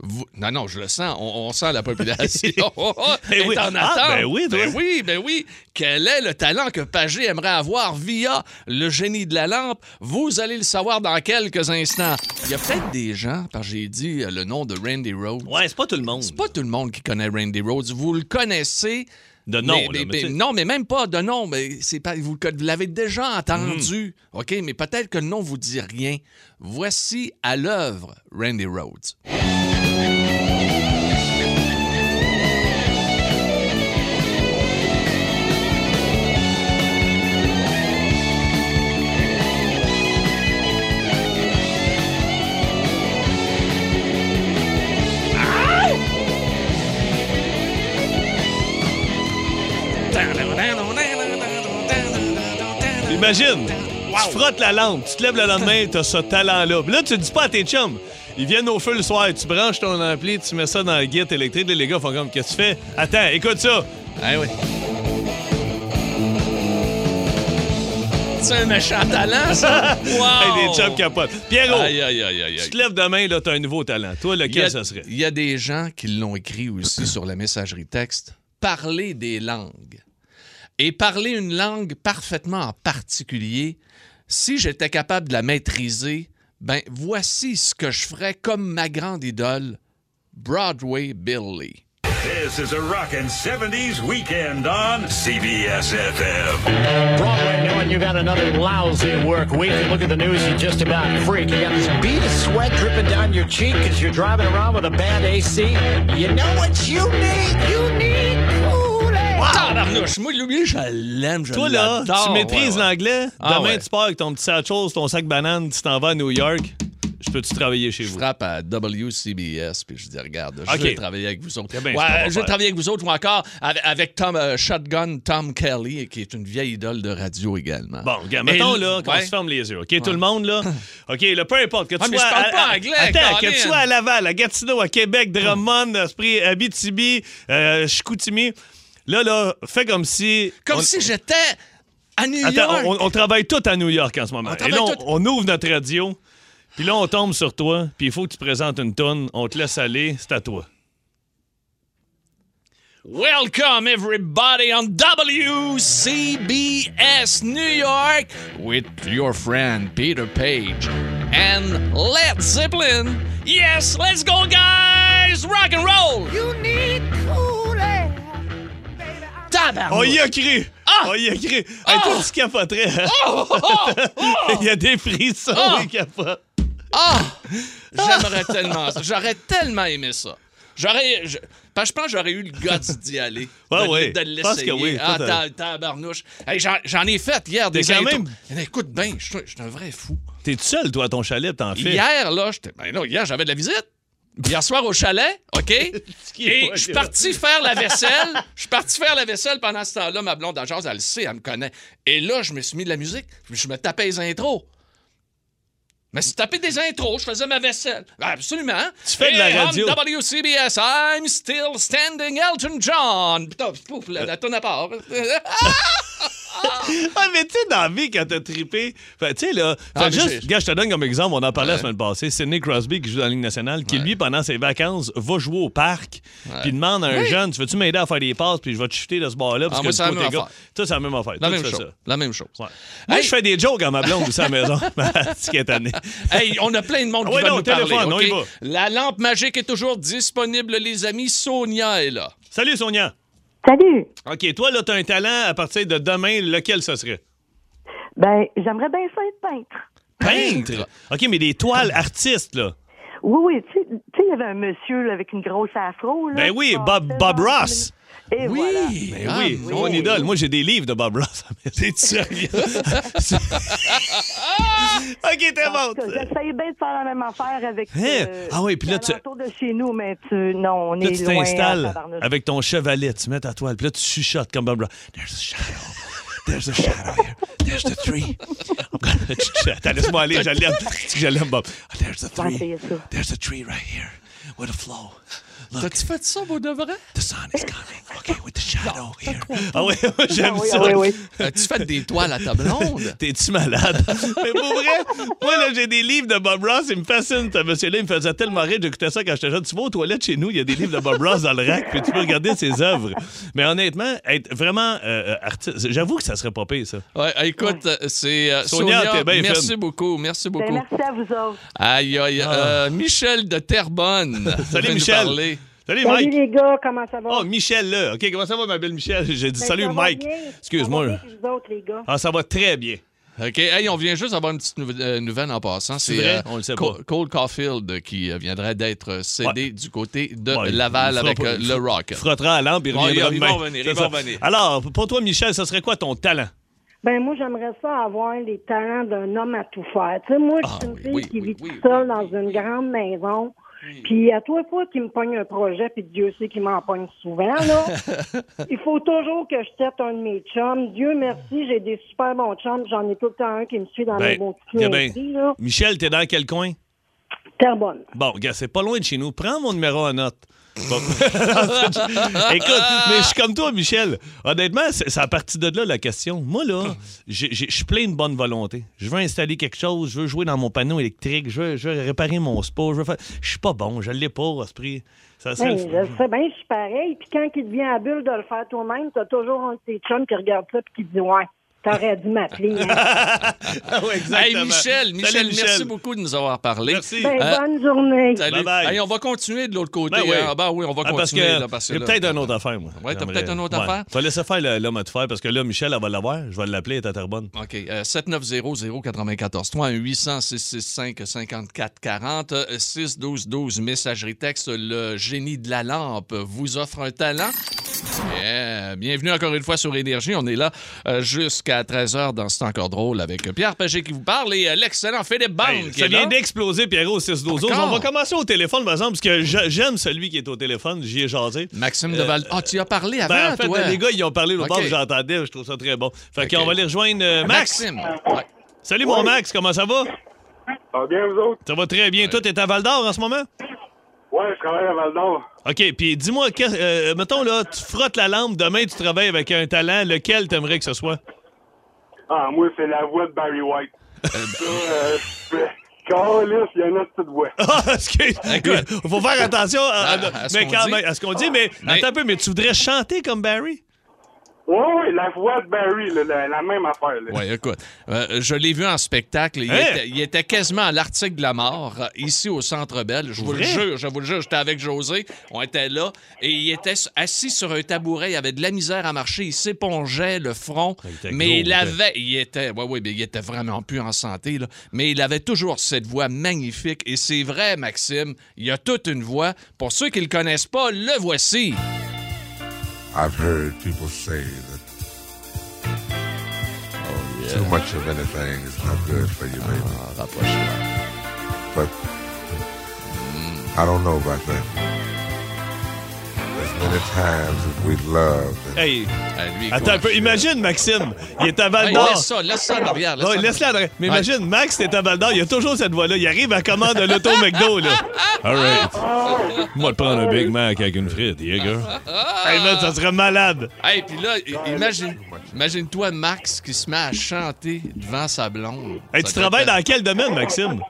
[SPEAKER 1] Vous- Non, non, je le sens. On, on sent la population.
[SPEAKER 2] Eh
[SPEAKER 1] est
[SPEAKER 2] oui.
[SPEAKER 1] en
[SPEAKER 2] Ah,
[SPEAKER 1] attente.
[SPEAKER 2] ben oui, toi.
[SPEAKER 1] ben oui, ben oui. Quel est le talent que Pagé aimerait avoir via le génie de la lampe? Vous allez le savoir dans quelques instants. Il y a peut-être des gens, parce que j'ai dit euh, le nom de Randy Rhodes.
[SPEAKER 2] Ouais, c'est pas tout le monde.
[SPEAKER 1] C'est pas tout le monde qui connaît Randy Rhodes. Vous le connaissez.
[SPEAKER 2] De nom,
[SPEAKER 1] mais-
[SPEAKER 2] là,
[SPEAKER 1] mais-
[SPEAKER 2] mais tu
[SPEAKER 1] mais-
[SPEAKER 2] sais.
[SPEAKER 1] non, mais même pas de nom. Mais c'est pas, vous, le conna- vous l'avez déjà entendu. OK, mais peut-être que le nom vous dit rien. Voici à l'œuvre Randy Rhodes.
[SPEAKER 2] Imagine, tu frottes la lampe, tu te lèves le lendemain, t'as ce talent-là. Puis là, tu dis pas à tes chums. Ils viennent au feu le soir, tu branches ton ampli, tu mets ça dans la guette électrique. Là, les gars font comme, qu'est-ce que tu fais? Attends, écoute ça.
[SPEAKER 1] Ah oui. C'est un méchant talent, ça. Wow.
[SPEAKER 2] Hey, des chums capotes. Pierrot,
[SPEAKER 1] Oh. Aïe, aïe, aïe, aïe,
[SPEAKER 2] tu
[SPEAKER 1] aïe.
[SPEAKER 2] te lèves demain, là, t'as un nouveau talent. Toi,
[SPEAKER 1] Il y,
[SPEAKER 2] lequel
[SPEAKER 1] a,
[SPEAKER 2] ça serait?
[SPEAKER 1] il y a des gens qui l'ont écrit aussi sur la messagerie texte. Parler des langues. Et parler une langue parfaitement en particulier, si j'étais capable de la maîtriser, ben voici ce que je ferais comme ma grande idole, Broadway Billy.
[SPEAKER 9] This is a rockin' 70s weekend on CBS FM.
[SPEAKER 10] Broadway knowing you got another lousy work week. You look at the news, you just about freak. You got this bead of sweat dripping down your cheek because you're driving around with a bad AC. You know what you need? You need Kool-Aid.
[SPEAKER 1] Tabarnouche, moi, lui, je l'aime, je
[SPEAKER 2] Toi, là,
[SPEAKER 1] l'adore.
[SPEAKER 2] tu maîtrises
[SPEAKER 1] Ouais, ouais.
[SPEAKER 2] l'anglais.
[SPEAKER 1] Ah,
[SPEAKER 2] demain,
[SPEAKER 1] ouais.
[SPEAKER 2] tu pars avec ton petit satchel, ton sac banane, tu t'en vas à New York. Je peux-tu travailler chez
[SPEAKER 1] Je
[SPEAKER 2] vous?
[SPEAKER 1] frappe à WCBS, puis je dis, regarde, je
[SPEAKER 2] Ok.
[SPEAKER 1] vais travailler avec vous autres.
[SPEAKER 2] Eh ben,
[SPEAKER 1] Ouais,
[SPEAKER 2] c'est pas mon
[SPEAKER 1] je vais
[SPEAKER 2] affaire.
[SPEAKER 1] travailler avec vous autres, ou encore avec, avec Tom euh, Shotgun, Tom Kelly, qui est une vieille idole de radio également.
[SPEAKER 2] Bon, regarde,
[SPEAKER 1] Et
[SPEAKER 2] mettons
[SPEAKER 1] l-
[SPEAKER 2] là qu'on
[SPEAKER 1] ouais.
[SPEAKER 2] se ferme les yeux, OK? Tout le monde, là. OK, là, peu importe. Que tu
[SPEAKER 1] Ah, mais
[SPEAKER 2] sois
[SPEAKER 1] je parle
[SPEAKER 2] à-
[SPEAKER 1] pas
[SPEAKER 2] à-
[SPEAKER 1] anglais,
[SPEAKER 2] Attends, que
[SPEAKER 1] Colin.
[SPEAKER 2] tu sois à Laval, à Gatineau, à Québec, Drummond, à Spri- Abitibi, euh, Chicoutimi. Là, là, fais comme si.
[SPEAKER 1] Comme
[SPEAKER 2] on-
[SPEAKER 1] si j'étais à New York.
[SPEAKER 2] Attends, on, on travaille tout à New York en ce moment.
[SPEAKER 1] On
[SPEAKER 2] Et
[SPEAKER 1] travaille
[SPEAKER 2] là, on,
[SPEAKER 1] tout.
[SPEAKER 2] on ouvre notre radio, puis là, on tombe sur toi, puis il faut que tu présentes une tonne. On te laisse aller, c'est à toi.
[SPEAKER 1] Welcome everybody on WCBS New York with your friend Peter Page and Led Zeppelin. Yes, let's go guys! Rock and
[SPEAKER 2] Oh,
[SPEAKER 1] roll! You need
[SPEAKER 2] On y
[SPEAKER 1] Tabarnouche!
[SPEAKER 2] a cru! Ah! On y a cru! Hey, toi, tu capoterais, hein? Il y a des frissons,
[SPEAKER 1] Ah!
[SPEAKER 2] les capotes.
[SPEAKER 1] Ah! J'aimerais tellement ça. J'aurais tellement aimé ça. J'aurais. Je, parce que je pense que j'aurais eu le guts d'y aller.
[SPEAKER 2] Ouais,
[SPEAKER 1] de,
[SPEAKER 2] ouais.
[SPEAKER 1] de
[SPEAKER 2] Je pense que
[SPEAKER 1] l'essayer.
[SPEAKER 2] oui.
[SPEAKER 1] Ah,
[SPEAKER 2] Toi,
[SPEAKER 1] ta- tabarnouche. Hey, j'en, j'en ai fait hier des
[SPEAKER 2] T'es quand
[SPEAKER 1] intros.
[SPEAKER 2] même-
[SPEAKER 1] Eh, Écoute bien, je suis- je suis un vrai fou.
[SPEAKER 2] T'es tout seul, toi, à ton chalet, pis t'en fais.
[SPEAKER 1] Hier, là, j'étais. Ben non, hier, j'avais de la visite. Hier soir au chalet, OK? Et je suis parti faire la vaisselle. Je suis parti faire la vaisselle pendant ce temps-là. Ma blonde à jazz, elle le sait, elle me connaît. Et là, je me suis mis de la musique. puis Je me tapais les intros. Mais si tapais des intros, je faisais ma vaisselle. Ben, Absolument. Tu
[SPEAKER 2] fais de la radio.
[SPEAKER 1] WCBS, I'm still standing Elton John. Putain, pouf, la, la tonne à part.
[SPEAKER 2] Ah, mais tu sais, dans la vie, quand t'as trippé. Fait, tu sais, là.
[SPEAKER 1] Ah,
[SPEAKER 2] fait
[SPEAKER 1] mais
[SPEAKER 2] juste,
[SPEAKER 1] j'ai-
[SPEAKER 2] gars, je te donne comme exemple, on en parlait la semaine passée. Sidney Crosby, qui joue dans la Ligue nationale, qui, lui, pendant ses vacances, va jouer au parc, puis demande à un jeune Tu veux-tu m'aider à faire des passes, puis je vais te shooter de ce bord-là, parce
[SPEAKER 1] Ah, moi,
[SPEAKER 2] que
[SPEAKER 1] c'est
[SPEAKER 2] du
[SPEAKER 1] la
[SPEAKER 2] coup,
[SPEAKER 1] même
[SPEAKER 2] t'es gars.
[SPEAKER 1] affaire.
[SPEAKER 2] Ça, c'est la même affaire.
[SPEAKER 1] La
[SPEAKER 2] Toi,
[SPEAKER 1] même
[SPEAKER 2] tu fais
[SPEAKER 1] chose.
[SPEAKER 2] ça.
[SPEAKER 1] La même chose.
[SPEAKER 2] Ouais. Moi,
[SPEAKER 1] Hey.
[SPEAKER 2] je fais des jokes à ma blonde aussi à la maison. C'est qui est tannée.
[SPEAKER 1] Hey, on a plein de monde
[SPEAKER 2] Ah
[SPEAKER 1] qui
[SPEAKER 2] ouais,
[SPEAKER 1] va
[SPEAKER 2] non,
[SPEAKER 1] nous
[SPEAKER 2] téléphone,
[SPEAKER 1] parler.
[SPEAKER 2] on
[SPEAKER 1] ok?
[SPEAKER 2] y va.
[SPEAKER 1] La lampe magique est toujours disponible, les amis. Sonia est là.
[SPEAKER 2] Salut, Sonia.
[SPEAKER 11] Salut.
[SPEAKER 2] OK, toi, là, t'as un talent à partir de demain, lequel ce serait?
[SPEAKER 11] Ben, j'aimerais bien ça être peintre.
[SPEAKER 2] Peintre? OK, mais des toiles artistes, là.
[SPEAKER 11] Oui, oui. Tu sais- tu sais, il y avait un monsieur là, avec une grosse afro. Là,
[SPEAKER 2] Ben
[SPEAKER 11] qui
[SPEAKER 2] oui, Bob,
[SPEAKER 11] passait
[SPEAKER 2] Bob
[SPEAKER 11] dans-
[SPEAKER 2] Ross.
[SPEAKER 11] Et voilà.
[SPEAKER 2] Ben oui, mon idole. Moi, j'ai des livres de Bob Ross. T'es sérieux? OK, t'es
[SPEAKER 11] En
[SPEAKER 2] bon.
[SPEAKER 11] tout cas, J'essayais bien de faire la même affaire avec.
[SPEAKER 2] Hein? Ah oui, puis là, tu-
[SPEAKER 11] autour de chez nous, mais tu. Non, on
[SPEAKER 2] Là,
[SPEAKER 11] est
[SPEAKER 2] tu
[SPEAKER 11] loin. en
[SPEAKER 2] t'installes
[SPEAKER 11] tabarnouche.
[SPEAKER 2] avec ton chevalet, tu mets ta toile, puis là, tu chuchotes comme Bob Ross. There's a shadow. There's a shadow here. There's the tree. Attends, laisse-moi aller, je l'aime. Je l'aime, Bob. Ah, There's the
[SPEAKER 11] J'ai
[SPEAKER 2] tree.
[SPEAKER 11] essayé Ah, ça.
[SPEAKER 2] There's a tree right here. With a flow. Look,
[SPEAKER 1] T'as-tu fait ça, pour de vrai?
[SPEAKER 2] the sun is coming. OK, with the shadow here. Ah oui, j'aime
[SPEAKER 11] Ah oui,
[SPEAKER 2] ça.
[SPEAKER 11] ah oui, oui.
[SPEAKER 1] As-tu fait des toiles à ta blonde?
[SPEAKER 2] T'es-tu malade? Mais pour vrai, moi, là, j'ai des livres de Bob Ross. Il me fascine, ce monsieur-là. Il me faisait tellement rire. J'écoutais ça quand j'étais jeune. Tu vas aux toilettes chez nous, il y a des livres de Bob Ross dans le rack, puis tu peux regarder ses œuvres. Mais honnêtement, être vraiment euh, euh, artiste, j'avoue que ça serait pas pire, ça.
[SPEAKER 1] Ouais, écoute, euh, c'est euh,
[SPEAKER 2] Sonia,
[SPEAKER 1] Sonia.
[SPEAKER 2] t'es bien
[SPEAKER 1] merci
[SPEAKER 2] fine. Ah.
[SPEAKER 1] beaucoup, merci
[SPEAKER 11] Ben,
[SPEAKER 1] beaucoup.
[SPEAKER 11] merci à vous autres.
[SPEAKER 1] Aïe, aïe, euh, Michel de Terrebonne. vient
[SPEAKER 2] Salut,
[SPEAKER 1] nous
[SPEAKER 2] Michel.
[SPEAKER 1] parler.
[SPEAKER 2] Salut, Mike.
[SPEAKER 8] les gars, comment ça va?
[SPEAKER 2] Oh, Michel, là. OK, comment ça va, ma belle Michel? J'ai dit
[SPEAKER 8] Ben,
[SPEAKER 2] salut,
[SPEAKER 8] ça va
[SPEAKER 2] Mike.
[SPEAKER 8] bien. Ça
[SPEAKER 2] Excuse-moi.
[SPEAKER 8] va bien chez vous autres, les gars.
[SPEAKER 2] Ah, ça va très bien.
[SPEAKER 1] OK, hey, on vient juste d'avoir une petite nouvel- euh, nouvelle en passant.
[SPEAKER 2] C'est
[SPEAKER 1] C'est euh,
[SPEAKER 2] vrai? On le sait pas.
[SPEAKER 1] Cole Caulfield qui euh, viendrait d'être cédé
[SPEAKER 2] Ouais.
[SPEAKER 1] du côté de
[SPEAKER 2] Ouais,
[SPEAKER 1] Laval
[SPEAKER 2] il fera
[SPEAKER 1] avec
[SPEAKER 2] pas-
[SPEAKER 1] euh,
[SPEAKER 2] il
[SPEAKER 1] le Rock.
[SPEAKER 2] Frottera à l'ambre, il
[SPEAKER 1] Bon,
[SPEAKER 2] reviendra
[SPEAKER 1] il va
[SPEAKER 2] demain.
[SPEAKER 1] revenir,
[SPEAKER 2] C'est
[SPEAKER 1] il va
[SPEAKER 2] ça.
[SPEAKER 1] revenir.
[SPEAKER 2] Alors, pour toi, Michel, ça serait quoi ton talent?
[SPEAKER 8] Ben moi, j'aimerais ça avoir les talents d'un homme à tout faire. Tu sais, moi, je
[SPEAKER 1] Ah,
[SPEAKER 8] suis une
[SPEAKER 1] oui,
[SPEAKER 8] fille
[SPEAKER 1] oui,
[SPEAKER 8] qui
[SPEAKER 1] oui,
[SPEAKER 8] vit
[SPEAKER 1] oui,
[SPEAKER 8] toute seule
[SPEAKER 1] oui,
[SPEAKER 8] dans
[SPEAKER 1] oui,
[SPEAKER 8] une
[SPEAKER 1] oui.
[SPEAKER 8] grande maison. Puis à toi fois qu'il me pogne un projet, puis Dieu sait qu'il m'en pogne souvent, là. Il faut toujours que je tête un de mes chums. Dieu merci, j'ai des super bons chums. J'en ai tout le temps un qui me suit dans mes
[SPEAKER 2] Ben,
[SPEAKER 8] bons
[SPEAKER 2] il y a
[SPEAKER 8] petits
[SPEAKER 2] bien-
[SPEAKER 8] niaiseries, là.
[SPEAKER 2] Michel, t'es dans quel coin?
[SPEAKER 8] Terre bonne.
[SPEAKER 2] Bon, gars, c'est pas loin de chez nous. Prends mon numéro en note. Bon. Écoute, mais je suis comme toi, Michel. Honnêtement, c'est c'est à partir de là la question. Moi, là, j'ai- j'ai- je suis plein de bonne volonté. Je veux installer quelque chose, je veux jouer dans mon panneau électrique, je veux, je veux réparer mon spa, je veux faire. Je suis pas bon, je l'ai pas à ce prix. Ça serait
[SPEAKER 8] Ben,
[SPEAKER 2] le
[SPEAKER 8] je sais bien, je suis pareil. Puis quand il devient à bulle de le faire toi-même, t'as toujours un de tes chums qui regarde ça puis qui dit Ouais, t'aurais dû m'appeler. hein.
[SPEAKER 2] Ah ouais,
[SPEAKER 1] Hey,
[SPEAKER 2] exactement.
[SPEAKER 1] Michel, Michel,
[SPEAKER 2] Salut,
[SPEAKER 1] merci beaucoup de nous avoir parlé.
[SPEAKER 2] Merci.
[SPEAKER 8] Ben,
[SPEAKER 1] Euh,
[SPEAKER 8] bonne journée.
[SPEAKER 1] Salut.
[SPEAKER 2] Bye-bye.
[SPEAKER 1] Hey, on va continuer de l'autre côté.
[SPEAKER 2] Ben oui.
[SPEAKER 1] hein. Ah, ben oui, on va
[SPEAKER 2] Ah,
[SPEAKER 1] continuer.
[SPEAKER 2] parce que
[SPEAKER 1] là, parce que
[SPEAKER 2] j'ai
[SPEAKER 1] là-
[SPEAKER 2] peut-être une autre affaire, moi.
[SPEAKER 1] Ouais, t'as
[SPEAKER 2] J'aimerais-
[SPEAKER 1] peut-être une autre
[SPEAKER 2] Ouais.
[SPEAKER 1] affaire?
[SPEAKER 2] Je vais laisser faire le- l'homme à tout faire parce que là, Michel, elle va l'avoir. Je vais l'appeler, elle est à Terrebonne.
[SPEAKER 1] OK. euh, 7900-94. 3 800 665 5440 6 12 12 messagerie texte. Le génie de la lampe vous offre un talent. Yeah. Bienvenue encore une fois sur Énergie. On est là euh, jusqu'à 13h dans C'est encore drôle avec Pierre Pagé qui vous parle et euh, l'excellent Philippe Bande
[SPEAKER 2] Hey,
[SPEAKER 1] qui
[SPEAKER 2] ça
[SPEAKER 1] est là.
[SPEAKER 2] vient d'exploser, Pierrot, au 6 12
[SPEAKER 1] Encore?
[SPEAKER 2] On va commencer au téléphone, par exemple, parce que je- j'aime celui qui est au téléphone. J'y ai jasé.
[SPEAKER 1] Maxime Deval. Ah, tu y as parlé avant,
[SPEAKER 2] Euh, Ben, en fait,
[SPEAKER 1] toi.
[SPEAKER 2] les gars, ils ont parlé l'autre
[SPEAKER 1] OK.
[SPEAKER 2] bord, j'entendais, je trouve ça très bon. Fait
[SPEAKER 1] OK.
[SPEAKER 2] qu'on va les rejoindre. euh, Max!
[SPEAKER 1] Maxime. Ouais.
[SPEAKER 2] Salut, mon Max, comment ça va?
[SPEAKER 5] Ça va bien, vous autres?
[SPEAKER 2] Ça va très bien. Toi, t'es à Val d'Or en ce moment?
[SPEAKER 5] Ouais, je travaille à Val-d'Or.
[SPEAKER 2] OK, puis dis-moi, qu'est- euh, mettons, là, tu frottes la lampe, demain, tu travailles avec un talent, lequel t'aimerais que ce soit?
[SPEAKER 5] Ah, moi, c'est la voix de Barry White. Ça, euh, Carlis, il y en a de petite voix.
[SPEAKER 2] Ah, excuse.
[SPEAKER 1] Écoute.
[SPEAKER 2] Faut faire attention à,
[SPEAKER 1] À- à ce
[SPEAKER 2] mais
[SPEAKER 1] qu'on
[SPEAKER 2] quand
[SPEAKER 1] dit.
[SPEAKER 2] même, à ce qu'on dit. Mais,
[SPEAKER 1] Mais-
[SPEAKER 2] attends un peu, mais tu voudrais chanter comme Barry?
[SPEAKER 5] Ouais, ouais, la voix de Barry, là, la, la même affaire. Là.
[SPEAKER 1] Oui, écoute, euh, je l'ai vu en spectacle. Il,
[SPEAKER 2] Hein?
[SPEAKER 1] était, il était quasiment à l'article de la mort, euh, ici au Centre Bell. Je vous le
[SPEAKER 2] Vrai?
[SPEAKER 1] jure, je vous le jure. J'étais avec José, on était là, et il était s- assis sur un tabouret. Il avait de la misère à marcher. Il s'épongeait le front,
[SPEAKER 2] Ah, Il était
[SPEAKER 1] mais
[SPEAKER 2] gros,
[SPEAKER 1] il
[SPEAKER 2] il
[SPEAKER 1] avait... Il était, ouais, ouais, mais il était vraiment plus en santé, là. mais il avait toujours cette voix magnifique. Et c'est vrai, Maxime, il a toute une voix. Pour ceux qui ne le connaissent pas, le voici.
[SPEAKER 9] I've heard people say that oh, too much of anything is not good for you, baby. But I don't know about that. There's many times that we love that
[SPEAKER 2] Hey,
[SPEAKER 1] Euh, lui,
[SPEAKER 2] attends
[SPEAKER 1] quoi,
[SPEAKER 2] un peu.
[SPEAKER 1] je-
[SPEAKER 2] Imagine, Maxime, il est à Val
[SPEAKER 1] Hey,
[SPEAKER 2] d'Or.
[SPEAKER 1] laisse ça, laisse ça en arrière.
[SPEAKER 2] Ouais,
[SPEAKER 1] ça en
[SPEAKER 2] laisse-la. adresse. Mais
[SPEAKER 1] Ouais.
[SPEAKER 2] imagine, Max, t'es à Val d'Or, il a toujours cette voix-là. Il arrive à commande de l'auto McDo, là. All right. Moi, te prendre un Big Mac avec une frite, yeah, gars. Hey, man, ça serait malade.
[SPEAKER 1] Hey, puis là, i- imagine, imagine-toi Max qui se met à chanter devant sa blonde. Ça
[SPEAKER 2] Hey, tu
[SPEAKER 1] doit
[SPEAKER 2] travailles
[SPEAKER 1] être-
[SPEAKER 2] dans quel domaine, Maxime?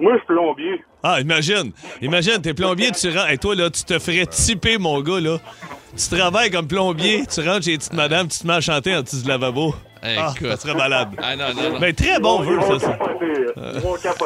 [SPEAKER 5] Moi, je suis plombier.
[SPEAKER 2] Ah, imagine. Imagine, t'es plombier, tu rentres. Et toi, là, tu te ferais tiper, mon gars, là. Tu travailles comme plombier, tu rentres chez les petites madames, tu te mets à chanter en dessous du lavabo. Ah,
[SPEAKER 1] Écoute.
[SPEAKER 2] ça serait malade.
[SPEAKER 1] Ah, non, non, non.
[SPEAKER 2] Mais très bon vœu, ça, ça. Euh.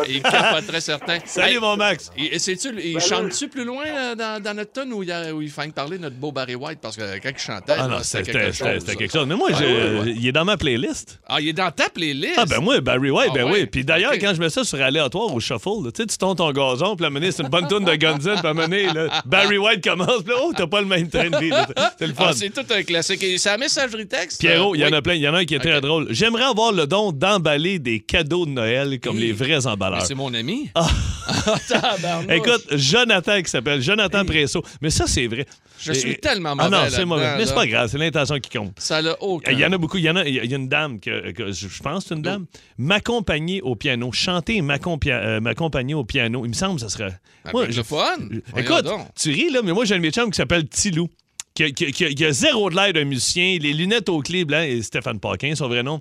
[SPEAKER 1] Il capoterait certain.
[SPEAKER 2] Salut, mon
[SPEAKER 1] Max. Et, tu il
[SPEAKER 2] Salut.
[SPEAKER 1] chante-tu plus loin euh, dans, dans notre tonne où il, y a- où il fait parler notre beau Barry White? Parce que euh, quand il chantait,
[SPEAKER 2] Ah non,
[SPEAKER 1] là, Ah,
[SPEAKER 2] c'était
[SPEAKER 1] c'était
[SPEAKER 2] c'était-
[SPEAKER 1] quelque chose.
[SPEAKER 2] c'était quelque chose. Mais moi,
[SPEAKER 1] Ouais,
[SPEAKER 2] j'ai-
[SPEAKER 1] ouais, ouais.
[SPEAKER 2] il est dans ma playlist.
[SPEAKER 1] Ah, il est dans ta playlist?
[SPEAKER 2] Ah ben moi, Barry White,
[SPEAKER 1] Ah
[SPEAKER 2] ben
[SPEAKER 1] ouais?
[SPEAKER 2] oui. Puis d'ailleurs, quand je mets ça sur aléatoire au shuffle, là, tu sais, tu tombes ton gazon, puis la mener, c'est une bonne tourne de Guns N' puis à mener, là, Barry White commence, puis là, oh, t'as pas le même train de vie. là. C'est le fun.
[SPEAKER 1] Ah, c'est tout un classique. Et ça messagerie texte?
[SPEAKER 2] Pierrot,
[SPEAKER 1] euh,
[SPEAKER 2] il y en
[SPEAKER 1] oui.
[SPEAKER 2] a plein. Il y en a un qui est très drôle. J'aimerais avoir le don d'emballer des cadeaux de Noël comme les vrais
[SPEAKER 1] Mais
[SPEAKER 2] emballeurs.
[SPEAKER 1] c'est mon ami. Ah, Tabarnouche.
[SPEAKER 2] Ah. Écoute, Jonathan qui s'appelle, Jonathan Presso. Mais ça, c'est vrai.
[SPEAKER 1] Je
[SPEAKER 2] Et-
[SPEAKER 1] suis tellement
[SPEAKER 2] Ah non,
[SPEAKER 1] mauvais
[SPEAKER 2] c'est
[SPEAKER 1] là-dedans,
[SPEAKER 2] mauvais. Mais c'est pas
[SPEAKER 1] là.
[SPEAKER 2] grave, c'est l'intention qui compte.
[SPEAKER 1] Ça l'a aucun.
[SPEAKER 2] Il y en a beaucoup. Il y en a, il y a une dame, que, que je je pense que c'est une dame, m'accompagner au piano, chanter et m'accompia- euh, m'accompagner au piano. Il me semble que ça serait.
[SPEAKER 1] ben, le fun. Voyons
[SPEAKER 2] Écoute,
[SPEAKER 1] donc.
[SPEAKER 2] tu ris, là, mais moi, j'ai un de mes chums qui s'appelle Tilou, qui, a- qui a- qui a- qui a zéro de l'air d'un musicien, les lunettes au clé blanc, et Stéphane Paquin, son vrai nom.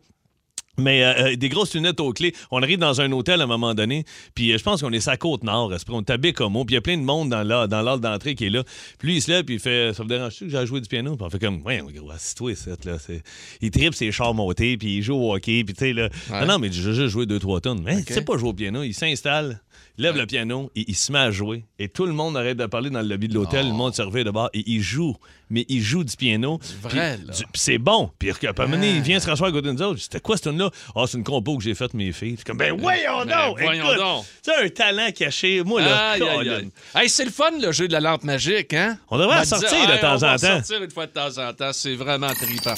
[SPEAKER 2] Mais euh, euh, des grosses lunettes aux clés. On arrive dans un hôtel à un moment donné, puis euh, je pense qu'on est sa côte nord. à ce prix. On tabait comme puis il y a plein de monde dans la- dans l'ordre d'entrée qui est là. Puis lui, il se lève, puis il fait Ça vous dérange-tu que j'ai joué du piano Puis on fait comme Ouais, gros, assis-toi, cette, là. C'est- Il tripe ses chars montés, puis il joue au hockey, puis tu sais, là. Ah Non, non, mais j'ai juste joué deux, trois tonnes. Mais tu sais pas jouer au piano. Il s'installe, il lève le piano, et il se met à jouer. Et tout le monde arrête de parler dans le lobby de l'hôtel. Le monde se revient de bord, et il joue. Mais il joue du piano.
[SPEAKER 1] vrai,
[SPEAKER 2] puis-
[SPEAKER 1] là.
[SPEAKER 2] du- puis c'est bon. Puis que- puis à un moment donné, il vient se rasseoir à côté de nous autres. C'était quoi cette tune-là? Ah, c'est une compo que j'ai faite mes filles. C'est comme, ben voyons
[SPEAKER 1] Ben,
[SPEAKER 2] donc!
[SPEAKER 1] voyons
[SPEAKER 2] écoute,
[SPEAKER 1] donc.
[SPEAKER 2] C'est un talent caché. Moi, là,
[SPEAKER 1] Aïe, aïe, aïe.
[SPEAKER 2] Colin.
[SPEAKER 1] Hey, c'est le fun, le jeu de la lampe magique, hein?
[SPEAKER 2] On devrait
[SPEAKER 1] va
[SPEAKER 2] en sortir
[SPEAKER 1] dire,
[SPEAKER 2] de
[SPEAKER 1] hey,
[SPEAKER 2] temps
[SPEAKER 1] on va
[SPEAKER 2] en temps.
[SPEAKER 1] sortir une fois de temps en temps. C'est vraiment trippant.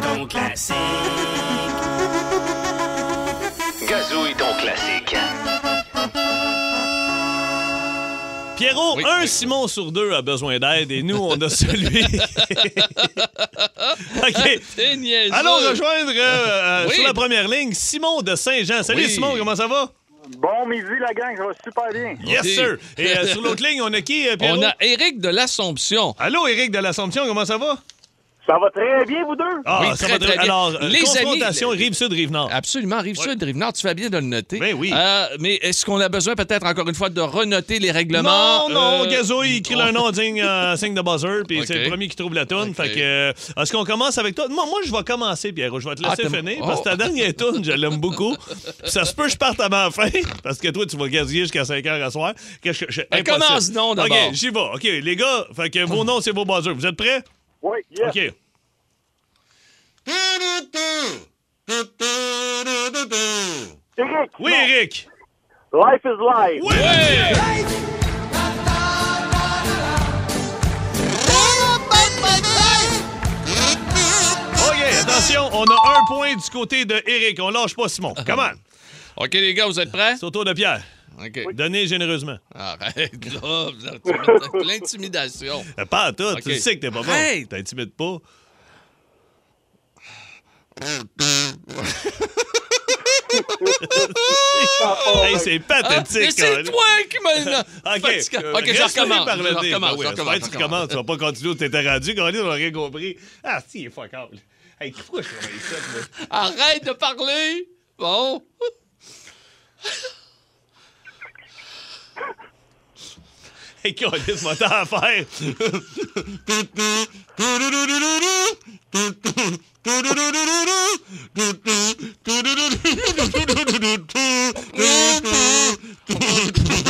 [SPEAKER 10] ton classique. Gazouille ton classique.
[SPEAKER 2] Pierrot, un Simon sur deux a besoin d'aide et nous, on a celui. OK.
[SPEAKER 1] T'es niaiseux.
[SPEAKER 2] Allons rejoindre euh, euh,
[SPEAKER 1] Oui.
[SPEAKER 2] sur la première ligne Simon de Saint-Jean. Salut
[SPEAKER 5] Oui.
[SPEAKER 2] Simon, comment ça va?
[SPEAKER 5] Bon midi, la gang, ça va super bien.
[SPEAKER 2] Yes, sir. Et euh, sur l'autre ligne, on a qui, euh, Pierrot?
[SPEAKER 1] On a Éric de l'Assomption.
[SPEAKER 2] Allô, Éric de l'Assomption, comment ça va?
[SPEAKER 5] Ça va très bien, vous deux?
[SPEAKER 2] Ah,
[SPEAKER 1] Oui,
[SPEAKER 2] ça
[SPEAKER 1] très,
[SPEAKER 2] va
[SPEAKER 1] très bien.
[SPEAKER 2] Alors, euh,
[SPEAKER 1] Les amis-
[SPEAKER 2] confrontation Rive-Sud, Rive-Nord.
[SPEAKER 1] Absolument, Rive-Sud, Rive-Nord, tu fais bien de le noter.
[SPEAKER 2] Ben oui.
[SPEAKER 1] Euh, mais est-ce qu'on a besoin peut-être encore une fois de renoter les règlements?
[SPEAKER 2] Non, non,
[SPEAKER 1] Euh,
[SPEAKER 2] Gazouille, il crie
[SPEAKER 1] on-
[SPEAKER 2] un nom digne, euh, signe de buzzer, puis c'est le premier qui trouve la toune. Fait que, euh, est-ce qu'on commence avec toi? Moi, moi je vais commencer, Pierrot. Je vais te
[SPEAKER 1] Ah,
[SPEAKER 2] laisser
[SPEAKER 1] t'aimes-
[SPEAKER 2] finir,
[SPEAKER 1] Oh.
[SPEAKER 2] parce que ta dernière toune, je l'aime beaucoup. Puis ça se peut que je parte à ma fin, parce que toi, tu vas gazouiller jusqu'à 5 h à soir. Qu'est-ce que je-
[SPEAKER 1] Ben,
[SPEAKER 2] impossible.
[SPEAKER 1] commence donc, d'abord.
[SPEAKER 2] OK, j'y vais. OK, les gars, fait que vos noms, c'est vos buzzers. Vous êtes prêts?
[SPEAKER 5] Oui,
[SPEAKER 2] OK.
[SPEAKER 5] Eric.
[SPEAKER 2] Oui, Eric.
[SPEAKER 5] Life is life.
[SPEAKER 2] Oui! OK, attention, on a un point du côté de Eric. On lâche pas Simon.
[SPEAKER 1] Ah.
[SPEAKER 2] Come on.
[SPEAKER 1] OK, les gars, vous êtes prêts?
[SPEAKER 2] C'est au tour de Pierre.
[SPEAKER 1] OK.
[SPEAKER 2] Donnez généreusement.
[SPEAKER 1] Arrête, là, vous êtes- de l'intimidation.
[SPEAKER 2] Euh, Pas à toi, tu
[SPEAKER 1] Ok.
[SPEAKER 2] le sais que t'es pas bon.
[SPEAKER 1] Arrête.
[SPEAKER 2] T'intimides pas. hey, c'est pathétique.
[SPEAKER 1] Hein? Mais c'est
[SPEAKER 2] Colin.
[SPEAKER 1] toi qui m'as...
[SPEAKER 2] OK,
[SPEAKER 1] Fatigant.
[SPEAKER 2] euh,
[SPEAKER 1] OK, je
[SPEAKER 2] reste
[SPEAKER 1] recommence.
[SPEAKER 2] poli par le
[SPEAKER 1] Je
[SPEAKER 2] nez.
[SPEAKER 1] recommence,
[SPEAKER 2] Ben oui,
[SPEAKER 1] je recommence, je
[SPEAKER 2] Tu recommences,
[SPEAKER 1] recommence.
[SPEAKER 2] tu vas pas continuer où t'étais rendu. Colin, on a rien compris. Ah, si, il est fuck out. Hey, pourquoi je travaille ça, moi?
[SPEAKER 1] Arrête de parler. Bon.
[SPEAKER 2] Hey, Colin, mon temps à faire.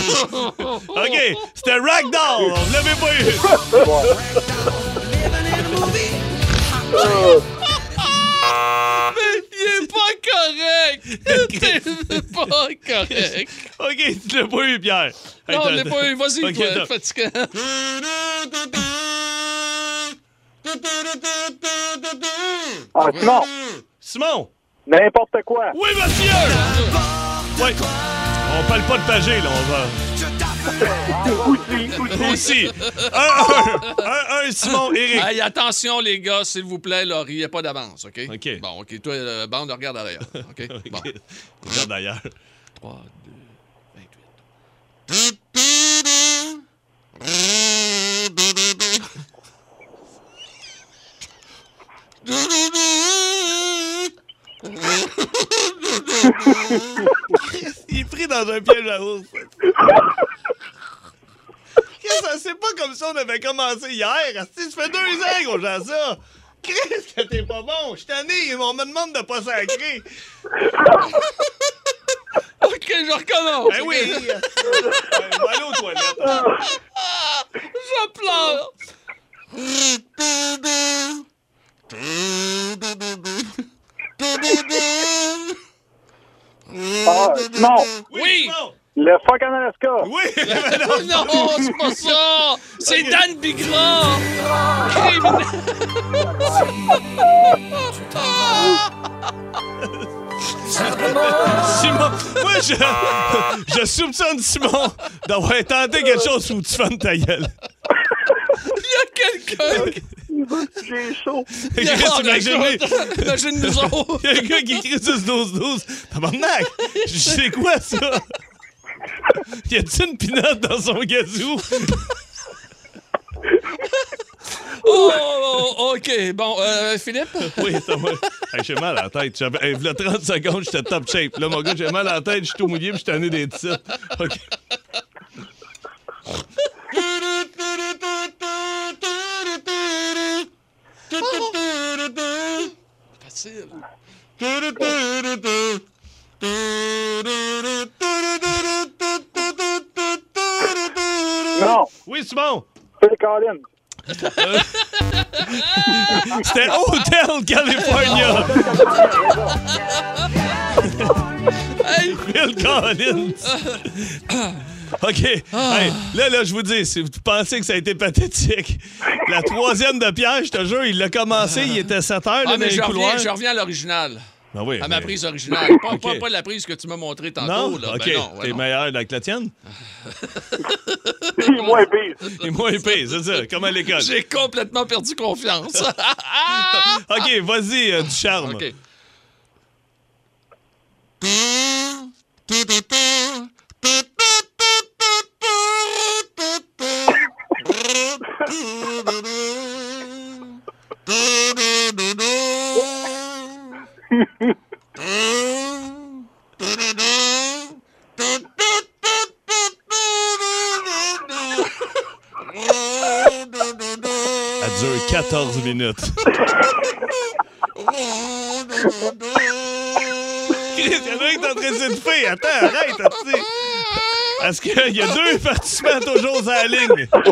[SPEAKER 2] OK, c'était Ragdoll. On ne l'avait pas eu.
[SPEAKER 1] Mais il est pas correct. T'es pas correct.
[SPEAKER 2] OK, tu l'as pas eu, Pierre. Hey,
[SPEAKER 1] Non,
[SPEAKER 2] t'as-
[SPEAKER 1] on l'a pas eu. Vas-y,
[SPEAKER 2] OK,
[SPEAKER 1] toi,
[SPEAKER 2] t'as-
[SPEAKER 1] fatigant.
[SPEAKER 5] Ah, Simon.
[SPEAKER 2] Simon.
[SPEAKER 5] N'importe quoi.
[SPEAKER 2] Oui, monsieur! Oui. On parle pas de pagé, là, on va. Aussi. Un, un, un, un, Simon, Eric.
[SPEAKER 1] Hey, attention, les gars, s'il vous plaît, là, riez pas d'avance, OK?
[SPEAKER 2] OK.
[SPEAKER 1] Bon, OK, toi, euh, bande, regarde derrière. OK? Bon.
[SPEAKER 2] Regarde d'ailleurs.
[SPEAKER 1] 3, 2,
[SPEAKER 2] Il est pris dans un piège à ours. Qu'est-ce que ça c'est pas comme ça on avait commencé hier. Asti, ça fait deux ans qu'on joue à ça. Chris, que t'es pas bon. Je suis tanné, on me demande de pas sacrer.
[SPEAKER 1] OK, je recommence.
[SPEAKER 2] Ben oui. Ben, on va aller aux toilettes.
[SPEAKER 1] Je pleure.
[SPEAKER 5] Ah, non.
[SPEAKER 1] Oui.
[SPEAKER 5] Le fuck en Alaska.
[SPEAKER 2] Oui.
[SPEAKER 1] non, c'est pas ça. C'est Dan Bigra. Criminel.
[SPEAKER 2] Simon, moi je, je soupçonne Simon d'avoir tenté quelque chose où tu fermes ta gueule.
[SPEAKER 1] Il y a quelqu'un qui-
[SPEAKER 5] Il veut que j'ai chaud.
[SPEAKER 1] Il y a-
[SPEAKER 2] Chris,
[SPEAKER 1] Ah, ben,
[SPEAKER 2] imagine-lui.
[SPEAKER 1] écoute, Imagine-nous autres.
[SPEAKER 2] Il y a un gars qui écrit 10-12-12. Tabarnak! Je sais quoi, ça? Y a-t-il une pinotte dans son gazou?
[SPEAKER 1] Oh, oh, OK. Bon, euh, Philippe?
[SPEAKER 2] Oui, Thomas. Hey, j'ai mal à la tête. J'avais, hey, v'là 30 secondes, j'étais top shape. Là, mon gars, j'ai mal à la tête, je suis tout mouillé, puis je suis tanné des titres. OK.
[SPEAKER 1] Facile.
[SPEAKER 5] Non.
[SPEAKER 2] Oui, Simon!
[SPEAKER 5] Phil Collins.
[SPEAKER 2] C'était Hotel California!
[SPEAKER 1] Hey,
[SPEAKER 2] Bill Collins! OK.
[SPEAKER 1] Ah.
[SPEAKER 2] Hey, là, là, je vous dis, si vous pensez que ça a été pathétique, la troisième de Pierre, je te jure, il l'a commencé, il était 7 heures là,
[SPEAKER 1] Ah,
[SPEAKER 2] dans
[SPEAKER 1] mais
[SPEAKER 2] les
[SPEAKER 1] je reviens,
[SPEAKER 2] couloirs.
[SPEAKER 1] je reviens à l'original.
[SPEAKER 2] Ben oui,
[SPEAKER 1] À ma
[SPEAKER 2] mais-
[SPEAKER 1] prise originale. Pas, pas-
[SPEAKER 2] OK.
[SPEAKER 1] pas la prise que tu m'as montrée
[SPEAKER 2] Non?
[SPEAKER 1] tantôt. Là.
[SPEAKER 2] OK.
[SPEAKER 1] Ben non, ouais,
[SPEAKER 2] T'es
[SPEAKER 1] non.
[SPEAKER 2] meilleur avec la tienne?
[SPEAKER 5] Il est moins pire.
[SPEAKER 2] Et moins épais, c'est ça, comme à l'école.
[SPEAKER 1] J'ai complètement perdu confiance.
[SPEAKER 2] OK, vas-y, euh, du charme.
[SPEAKER 1] OK.
[SPEAKER 2] Elle dure 14 minutes. Chris, y'en a un qui est en train de s'étouffer. Attends, arrête, attends. Parce qu'il y a deux participants toujours à la ligne.
[SPEAKER 5] on est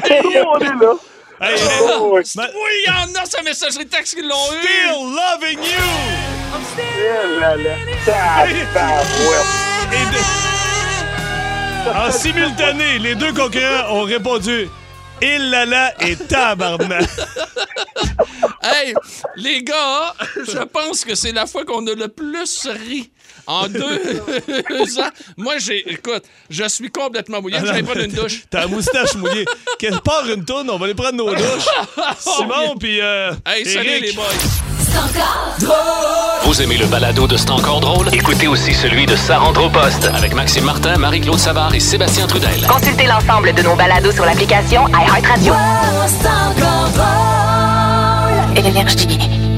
[SPEAKER 5] là.
[SPEAKER 2] Hey, hey,
[SPEAKER 5] Oh, oui.
[SPEAKER 2] ma-
[SPEAKER 1] Oui, il y en a sa messagerie texte qui l'ont eu.
[SPEAKER 2] Still loving you!
[SPEAKER 5] Eh là là. Tabarouette.
[SPEAKER 2] Et de- En simultané, les deux concurrents ont répondu Il la la et tabarnak.
[SPEAKER 1] Hey, les gars, je pense que c'est la fois qu'on a le plus ri. En deux ans, moi, j'ai. Écoute, je suis complètement mouillé. Je vais prendre une douche.
[SPEAKER 2] T'as la moustache mouillée. Qu'est-ce part une toune, on va aller prendre nos douches. Simon, puis. Euh,
[SPEAKER 1] Hey, salut
[SPEAKER 2] Eric.
[SPEAKER 1] les boys.
[SPEAKER 10] Vous aimez le balado de C'est encore drôle? Écoutez aussi celui de Sa rentre au poste avec Maxime Martin, Marie-Claude Savard et Sébastien Trudel.
[SPEAKER 11] Consultez l'ensemble de nos balados sur l'application iHeartRadio.
[SPEAKER 12] Et l'énergie.